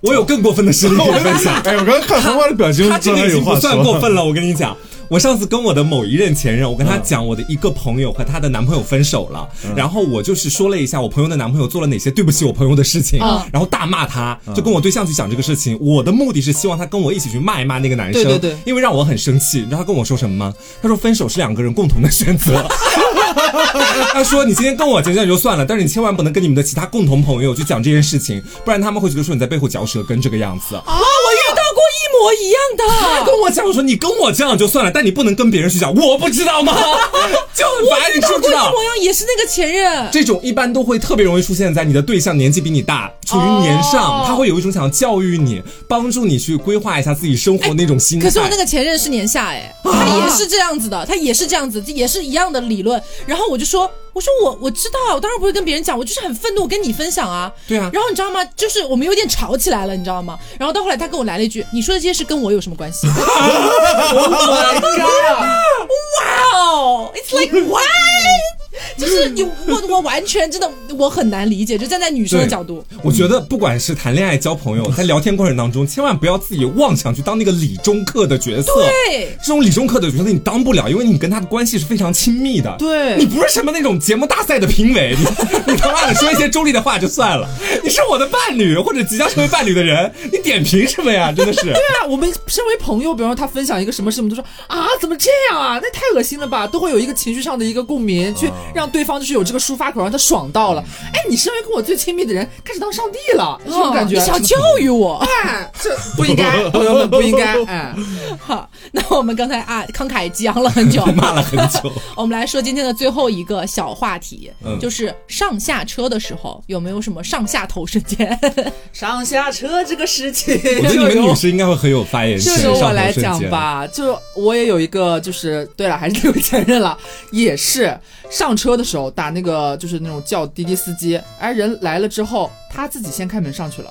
S2: 我有更过分的事情跟你分享。
S4: 哎，我刚刚看黄瓜的表情，
S2: 他
S4: 真
S2: 这
S4: 的
S2: 个已
S4: 有
S2: 经
S4: 话
S2: 不
S4: 说
S2: 算 过分了，我跟你讲。我上次跟我的某一任前任，我跟他讲我的一个朋友和她的男朋友分手了，然后我就是说了一下我朋友的男朋友做了哪些对不起我朋友的事情，
S1: 嗯
S2: 然后大骂他，就跟我对象去讲这个事情。我的目的是希望他跟我一起去骂一骂那个男生，
S3: 对对对
S2: 因为让我很生气。你知道他跟我说什么吗？他说分手是两个人共同的选 择。他说：“你今天跟我讲讲也就算了，但是你千万不能跟你们的其他共同朋友去讲这件事情，不然他们会觉得说你在背后嚼舌根这个样子。”
S1: 啊，我遇到过一模一样的。
S2: 跟我讲，我说你跟我讲就算了，但你不能跟别人去讲，我不知道 吗？就很烦，你知不
S1: 过
S2: 知
S1: 一
S2: 道？
S1: 模一样，也是那个前任。
S2: 这种一般都会特别容易出现在你的对象年纪比你大，处于年上，
S1: 哦
S2: 他会有一种想要教育你，帮助你去规划一下自己生活那种心态。
S1: 哎
S2: 啊
S1: 可是我那个前任是年下哎，他也是这样子的，他也是这样子，也是一样的理论。然后我就说，我说我我知道啊，我当然不会跟别人讲，我就是很愤怒，我跟你分享啊。
S2: 对啊
S1: 然后你知道吗？就是我们有点吵起来了，你知道吗？然后到后来他跟我来了一句：“你说的这些事跟我有什么关 系
S3: Oh my god！
S1: ？”Wow, 哦 it's like why？就是你我我完全真的我很难理解，就站在女生的
S2: 对
S1: 角度，
S2: 我觉得不管是谈恋爱、交朋友，在聊天过程当中，千万不要自己妄想去当那个理中客的角色。
S1: 对
S2: 这种理中客的角色你当不了，因为你跟他的关系是非常亲密的。
S3: 对
S2: 你不是什么那种节目大赛的评委，你你他妈的说一些中立的话就算了，你是我的伴侣或者即将成为伴侣的人，你点评什么呀？真的是。
S3: 对啊，我们身为朋友，比方说他分享一个什么事，我们都说啊，怎么这样啊？那太恶心了吧，都会有一个情绪上的一个共鸣，去让对方就是有这个抒发口，让他爽到了。哎，你身为跟我最亲密的人，开始当上帝了，这种
S2: 啊
S3: 感觉。
S1: 哦你想教育我。
S3: 哎，这不应该， 朋友们不应该。哎，
S1: 好，那我们刚才啊慷慨激昂了很久，啊
S2: 骂了很久，
S1: 我们来说今天的最后一个小话题，
S2: 嗯
S1: 就是上下车的时候有没有什么上下头瞬间？
S3: 上下车这个事情，
S2: 我觉得你们 女士应该会很有发言权。
S3: 这个我来
S2: 上头
S3: 讲
S2: 瞬间，
S3: 吧，就我也有一个，就是对了，还 是那个前任了，也是上车的时候打那个就是那种叫滴滴司机，哎，人来了之后，他自己先开门 上去了，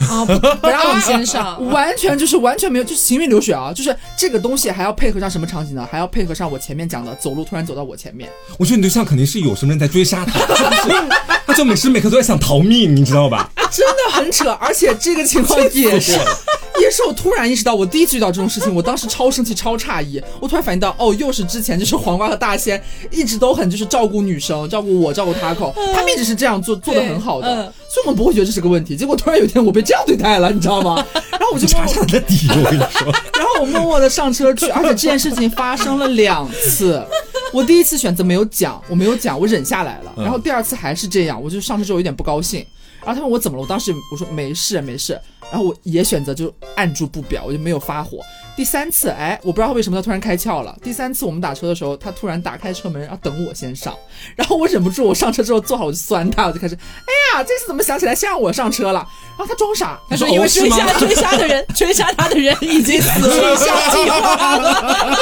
S1: 啊，不不让我们先 上。
S3: 完全就是完全没有，就是行云流水啊，就是这个东西还要配合上什么场景呢？还要配合上我前面讲的走路突然走到我前面，
S2: 我觉得你对象肯定是有什么人在追杀他，就是 他就 每时每刻都在想逃命，你知道吧？
S3: 真的很扯，而且这个情况也是也是我突然意识到，我第一次遇到这种事情，我当时超生气、超诧异。我突然反应到，哦，又是之前就是黄瓜和大仙一直都很就是照顾女生，照顾我，照顾 Taco，他们一直是这样做，做的很好的，
S1: 嗯
S3: 所以我们不会觉得这是个问题。结果突然有一天我被这样对待了，你知道吗？然后我就
S2: 查
S3: 默
S2: 查他的底，我跟你说，
S3: 然后我默默的上车去，而且这件事情发生了两次。我第一次选择没有讲，我没有讲，我忍下来了。然后第二次还是这样，我就上车之后有点不高兴。然后他问我怎么了，我当时我说没事没事。然后我也选择就按住不表，我就没有发火。第三次，哎，我不知道为什么他突然开窍了。第三次我们打车的时候，他突然打开车门，然后等我先上。然后我忍不住，我上车之后坐好，我就酸他，我就开始，哎呀，这次怎么想起来先让我上车了？然后他装傻，
S1: 他
S3: 他说
S1: 说
S3: 因
S1: 因
S3: 为
S1: 为
S3: 追
S1: 追
S3: 下
S1: 杀追杀的人， 追杀他的人已经死了，下计 划了。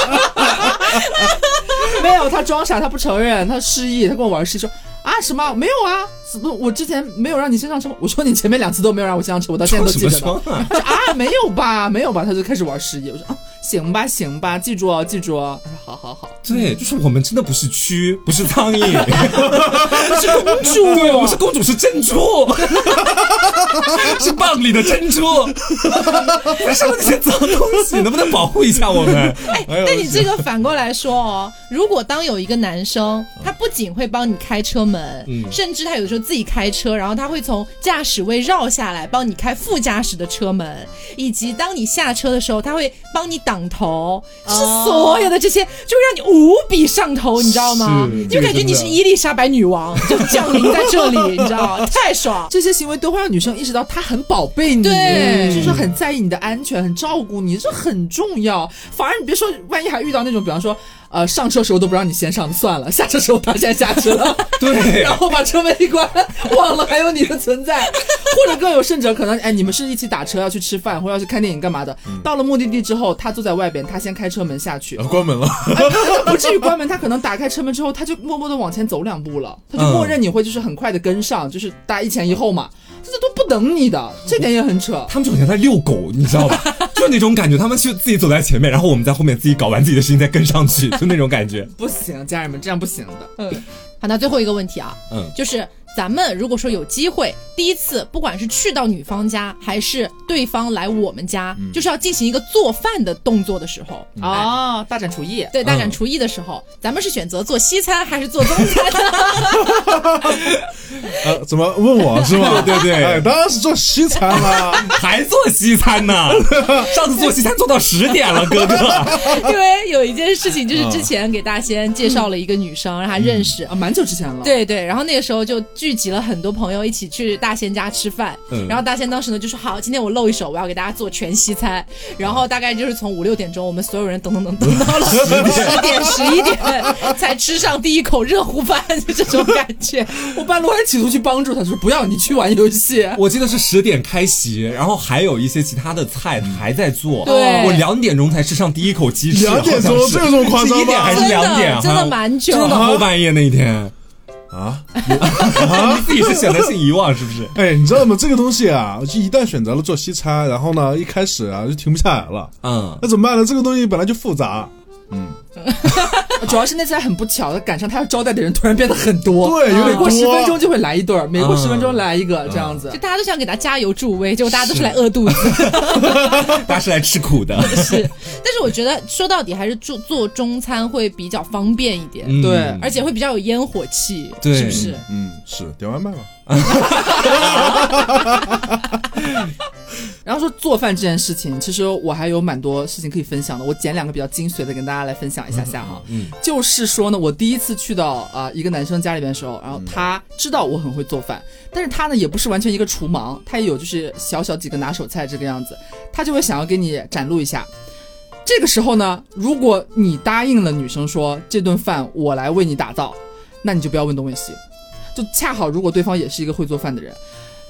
S3: 没有，他装傻，他不承认，他失忆，他跟我玩失忆说啊什么没有啊，怎么我之前没有让你先上车？我说你前面两次都没有让我先上车，我到现在
S2: 装
S3: 都
S2: 什
S3: 记
S2: 么
S3: 着呢。
S2: 装啊？
S3: 他说啊没有吧，没有吧，他就开始玩失忆。我说啊行吧行吧，记住哦记住哦。他说好好好，
S2: 对，就是我们真的不是 蛆，不是苍蝇，
S3: 是公主，啊
S2: 对，我们是公主，是珍 珠，是蚌里的珍珠。为什么这些脏东西？能不能保护一下我们？
S1: 哎，但你这个反过来说哦，如果当有一个男生，他不仅会帮你开车门，
S2: 嗯
S1: 甚至他有时候自己开车，然后他会从驾驶位绕下来帮你开副驾驶的车门，以及当你下车的时候，他会帮你挡头，
S2: 哦
S1: 是所有的这些，就让你无比上头，你知道吗
S2: 是？
S1: 就感觉你是伊丽莎白女王，就降临在这里，你知 道，太爽。
S3: 这些行为都会让女生意识到她很宝贝你，
S1: 对
S3: 就是很在意你的安全，很照顾你，这很重要。反而你别说，万一还遇到那种，比方说，呃，上车时候都不让你先上，算了，下车时候他先下去了，
S2: 对
S3: 然后把车门一关，忘了还有你的存在，或者更有甚者，可能哎，你们是一起打车要去吃饭或者要去看电影干嘛的，到了目的地之后，他坐在外边，他先开车门下 去，
S4: 然后关门了，啊
S3: 他不至于关门，他可能打开车门之后，他就默默的往前走两步 了，他就默认你会就是很快的跟上，就是大家一前一后嘛，这都不等你的，这点也很扯。
S2: 他们就很像在遛狗，你知道 吧？就那种感觉，他们就自己走在前面，然后我们在后面自己搞完自己的事情再跟上去，就那种感觉。
S3: 不行，家人们，这样不行的。
S1: 嗯，好，那最后一个问题啊，
S2: 嗯，
S1: 就是咱们如果说有机会，第一次不管是去到女方家，还是对方来我们家，就是要进行一个做饭的动作的时候，哎
S3: 哦，大展厨艺，
S1: 对，大展厨艺的时候，咱们是选择做西餐还是做中餐？
S4: 呃，怎么问我是吧？
S2: 对对对
S4: 哎，当然是做西餐啦。
S2: 还做西餐 呢？上次做西餐做到十点了，哥哥。
S1: 因为有一件事情，就是之前给大仙介绍了一个女生，让她认识。
S3: 啊，蛮久之前了。，
S1: 对对，然后那个时候就聚集了很多朋友一起去大仙家吃饭，
S2: 嗯
S1: 然后大仙当时呢就说好，今天我露一手，我要给大家做全西餐，然后大概就是从五六点钟，我们所有人等等等等到了十点十一点才吃上第一口热乎饭，就这种感觉。
S3: 我半路还企图去帮助他，说不要你去玩游戏。
S2: 我记得是十点开席，然后还有一些其他的菜
S4: 嗯
S2: 还在做。
S1: 对
S2: 我两点钟才吃上第一口鸡翅。
S4: 两点钟
S2: 好像是
S4: 这么夸张吗
S2: 是一点还是两点啊？
S1: 真的真的蛮久
S2: 真的到后半夜那一天。
S4: 啊，
S2: 你自己是选择性遗忘是不是？
S4: 哎，你知道吗？这个东西啊，就一旦选择了做西餐，然后呢，一开始啊就停不下来了。
S2: 嗯，
S4: 那怎么办呢？这个东西本来就复杂，
S3: 主要是那次还很不巧，赶上他要招待的人突然变得很多。啊
S4: 对有点
S3: 每过
S4: 多嗯
S3: 十分钟就会来一对儿，每过十分钟来一个这样子
S1: 就。大家都想给他加油助威，结果大家都是来饿肚子。
S2: 大家是来吃苦的。
S1: 是，但是我觉得说到底还是做做中餐会比较方便一点，
S2: 嗯
S3: 对
S1: 而且会比较有烟火气，
S2: 对
S1: 是不是？
S4: 嗯，是点外卖吧。
S3: 然后说做饭这件事情，其实我还有蛮多事情可以分享的，我捡两个比较精髓的跟大家来分享一下下哈。
S2: 嗯
S3: 就是说呢，我第一次去到啊、一个男生家里边的时候，然后他知道我很会做饭，但是他呢也不是完全一个厨盲，他也有就是小小几个拿手菜这个样子，他就会想要给你展露一下。这个时候呢，如果你答应了女生说这顿饭我来为你打造，那你就不要问东问西。就恰好如果对方也是一个会做饭的人，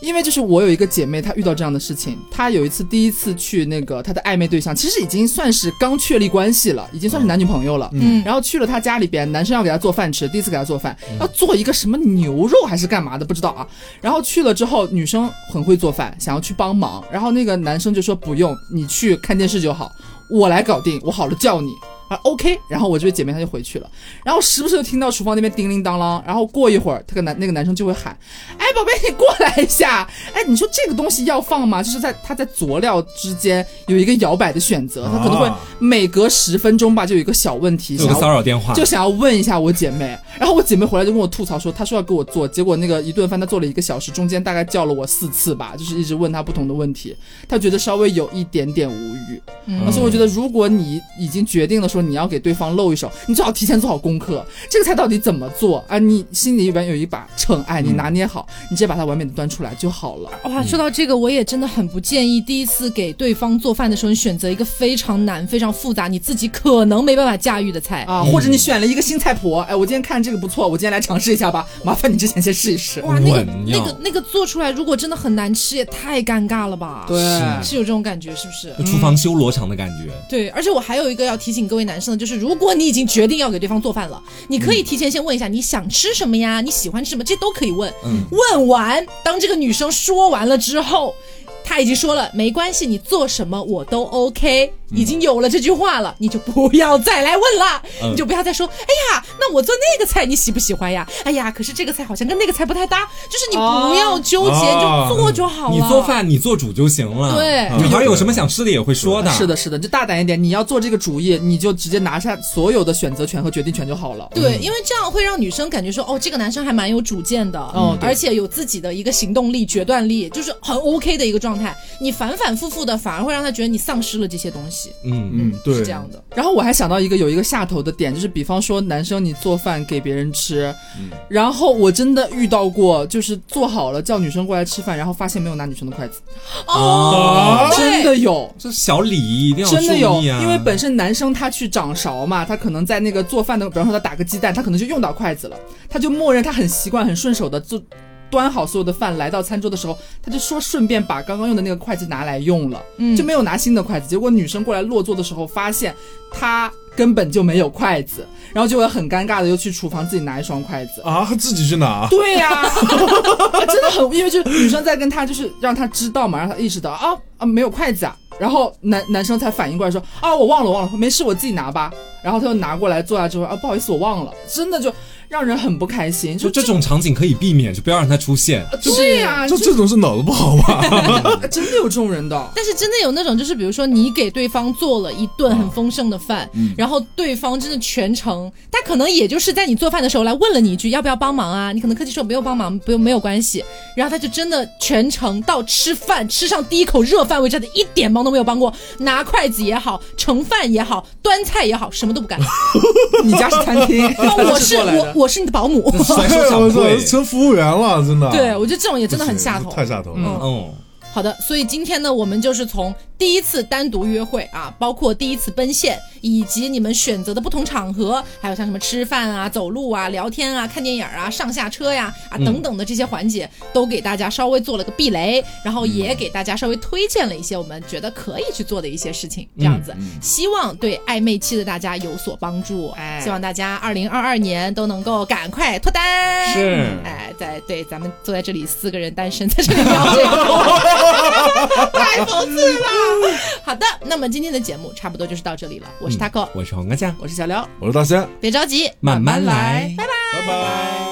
S3: 因为就是我有一个姐妹，她遇到这样的事情，她有一次第一次去那个她的暧昧对象，其实已经算是刚确立关系了，已经算是男女朋友了。
S1: 嗯，
S3: 然后去了她家里边，男生要给她做饭吃，第一次给她做饭，要做一个什么牛肉还是干嘛的，不知道啊。然后去了之后，女生很会做饭，想要去帮忙，然后那个男生就说不用，你去看电视就好，我来搞定，我好了叫你。啊 OK，然后我这位姐妹她就回去了，然后时不时就听到厨房那边叮铃当啷，然后过一会儿，这个男那个男生就会喊，哎，宝贝，你过来一下，哎，你说这个东西要放吗？就是在他在佐料之间有一个摇摆的选择，他可能会
S4: 啊
S3: 每隔十分钟吧，就有一个小问题，
S2: 有
S3: 想
S2: 个
S3: 要
S2: 骚扰电话，
S3: 就想要问一下我姐妹，然后我姐妹回来就跟我吐槽说，她说要给我做，结果那个一顿饭她做了一个小时，中间大概叫了我四次吧，就是一直问她不同的问题，她觉得稍微有一点点无语。
S1: 嗯
S3: 那所以我觉得，如果你已经决定了说你要给对方露一手，你最好提前做好功课，这个菜到底怎么做啊？你心里边有一把秤，哎，你拿捏好，你直接把它完美的端出来就好了。
S1: 哇，说到这个，我也真的很不建议第一次给对方做饭的时候，你选择一个非常难、非常复杂、你自己可能没办法驾驭的菜。
S3: 啊，或者你选了一个新菜谱，哎，我今天看这个不错，我今天来尝试一下吧。麻烦你之前先试一试。
S1: 哇，那个
S2: 稳
S1: 那
S2: 要
S1: 个那个做出来，如果真的很难吃，也太尴尬了吧？
S3: 对，
S1: 是有这种感觉，是不是？
S2: 就厨房修罗场的感觉。
S1: 对，而且我还有一个要提醒各位男生的，就是如果你已经决定要给对方做饭了，你可
S2: 嗯
S1: 以提前先问一下你想吃什么呀，你喜欢吃什么，这都可以问。
S2: 嗯
S1: 问完，当这个女生说完了之后，她已经说了没关系，你做什么我都 OK，已经有了这句话了，你就不要再来问了，
S2: 嗯
S1: 你就不要再说，哎呀，那我做那个菜你喜不喜欢呀？哎呀，可是这个菜好像跟那个菜不太搭，就是你不要纠结，
S4: 哦
S1: 就做就好了。
S3: 啊
S2: 你做饭你做主就行了。
S1: 对
S2: 女孩有什么想吃的也会说的。
S3: 是的，，是的，就大胆一点。你要做这个主意，你就直接拿下所有的选择权和决定权就好了。
S1: 对，因为这样会让女生感觉说，哦，这个男生还蛮有主见的，
S3: 嗯对
S1: 而且有自己的一个行动力、决断力，就是很 OK 的一个状态。你反反复复的，反而会让他觉得你丧失了这些东西，
S2: 嗯，
S4: 嗯，对，
S1: 是这样的。
S3: 然后我还想到一个有一个下头的点，就是比方说男生你做饭给别人吃，
S1: 嗯
S3: 然后我真的遇到过，就是做好了叫女生过来吃饭，然后发现没有拿女生的筷子，
S2: 哦
S1: 对
S3: 真的有。
S2: 这小礼仪一定要注
S3: 真的有，
S2: 意啊，
S3: 因为本身男生他去掌勺嘛，他可能在那个做饭的，比方说他打个鸡蛋，他可能就用到筷子了，他就默认他很习惯、很顺手的就端好所有的饭来到餐桌的时候，他就说顺便把刚刚用的那个筷子拿来用了，
S1: 嗯
S3: 就没有拿新的筷子。结果女生过来落座的时候，发现他根本就没有筷子，然后就会很尴尬的又去厨房自己拿一双筷子。
S4: 啊，还自己去拿，
S3: 对呀、 真的很，因为就是女生在跟他，就是让他知道嘛，让他意识到啊啊没有筷子啊，然后男男生才反应过来说啊我忘了我忘了，没事我自己拿吧，然后他就拿过来坐下之后啊不好意思我忘了，真的就让人很不开心，
S2: 就
S3: 就
S2: 这种场景可以避免，就不要让它出现。
S3: 对呀、
S4: 这
S3: 啊就
S4: 这种是脑子不好吧？
S3: 真的有这种人的，
S1: 但是真的有那种，就是比如说你给对方做了一顿很丰盛的饭，然后对方真的全程，他可能也就是在你做饭的时候来问了你一句要不要帮忙啊，你可能客气说不用帮忙，不用没有关系，然后他就真的全程到吃饭吃上第一口热饭为止，他一点忙都没有帮过，拿筷子也好，盛饭也好，端菜也好，什么都不 干。
S3: 你家是餐厅，
S1: 哦我
S3: 是
S1: 是
S3: 过来
S1: 我
S3: 的。
S1: 我是你的保姆，
S2: 甩手
S4: 我
S2: 掌
S4: 操，
S2: 柜，
S4: 成服务员了，真的。
S1: 对我觉得这种也真的很下头，
S4: 不行太下头了。
S2: 嗯，
S1: 好的，所以今天呢，我们就是从第一次单独约会啊，包括第一次奔现，以及你们选择的不同场合，还有像什么吃饭啊、走路啊、聊天啊、看电影啊、上下车呀啊等等的这些环节，都给大家稍微做了个避雷，然后也给大家稍微推荐了一些我们觉得可以去做的一些事情，这样子，希望对暧昧期的大家有所帮助。
S3: 哎
S1: 希望大家二零二二年都能够赶快脱单。
S2: 是
S1: 哎，在对咱们坐在这里四个人单身在这里聊这个。太讽刺了。 好的，那么今天的节目差不多就是到这里了。
S2: 嗯
S1: 我是 Taco，、
S2: 我是黄瓜酱，
S3: 我是小廖，
S4: 我是大仙，
S1: 别着急，
S2: 慢慢
S3: 慢慢来
S2: 来，
S4: 拜拜。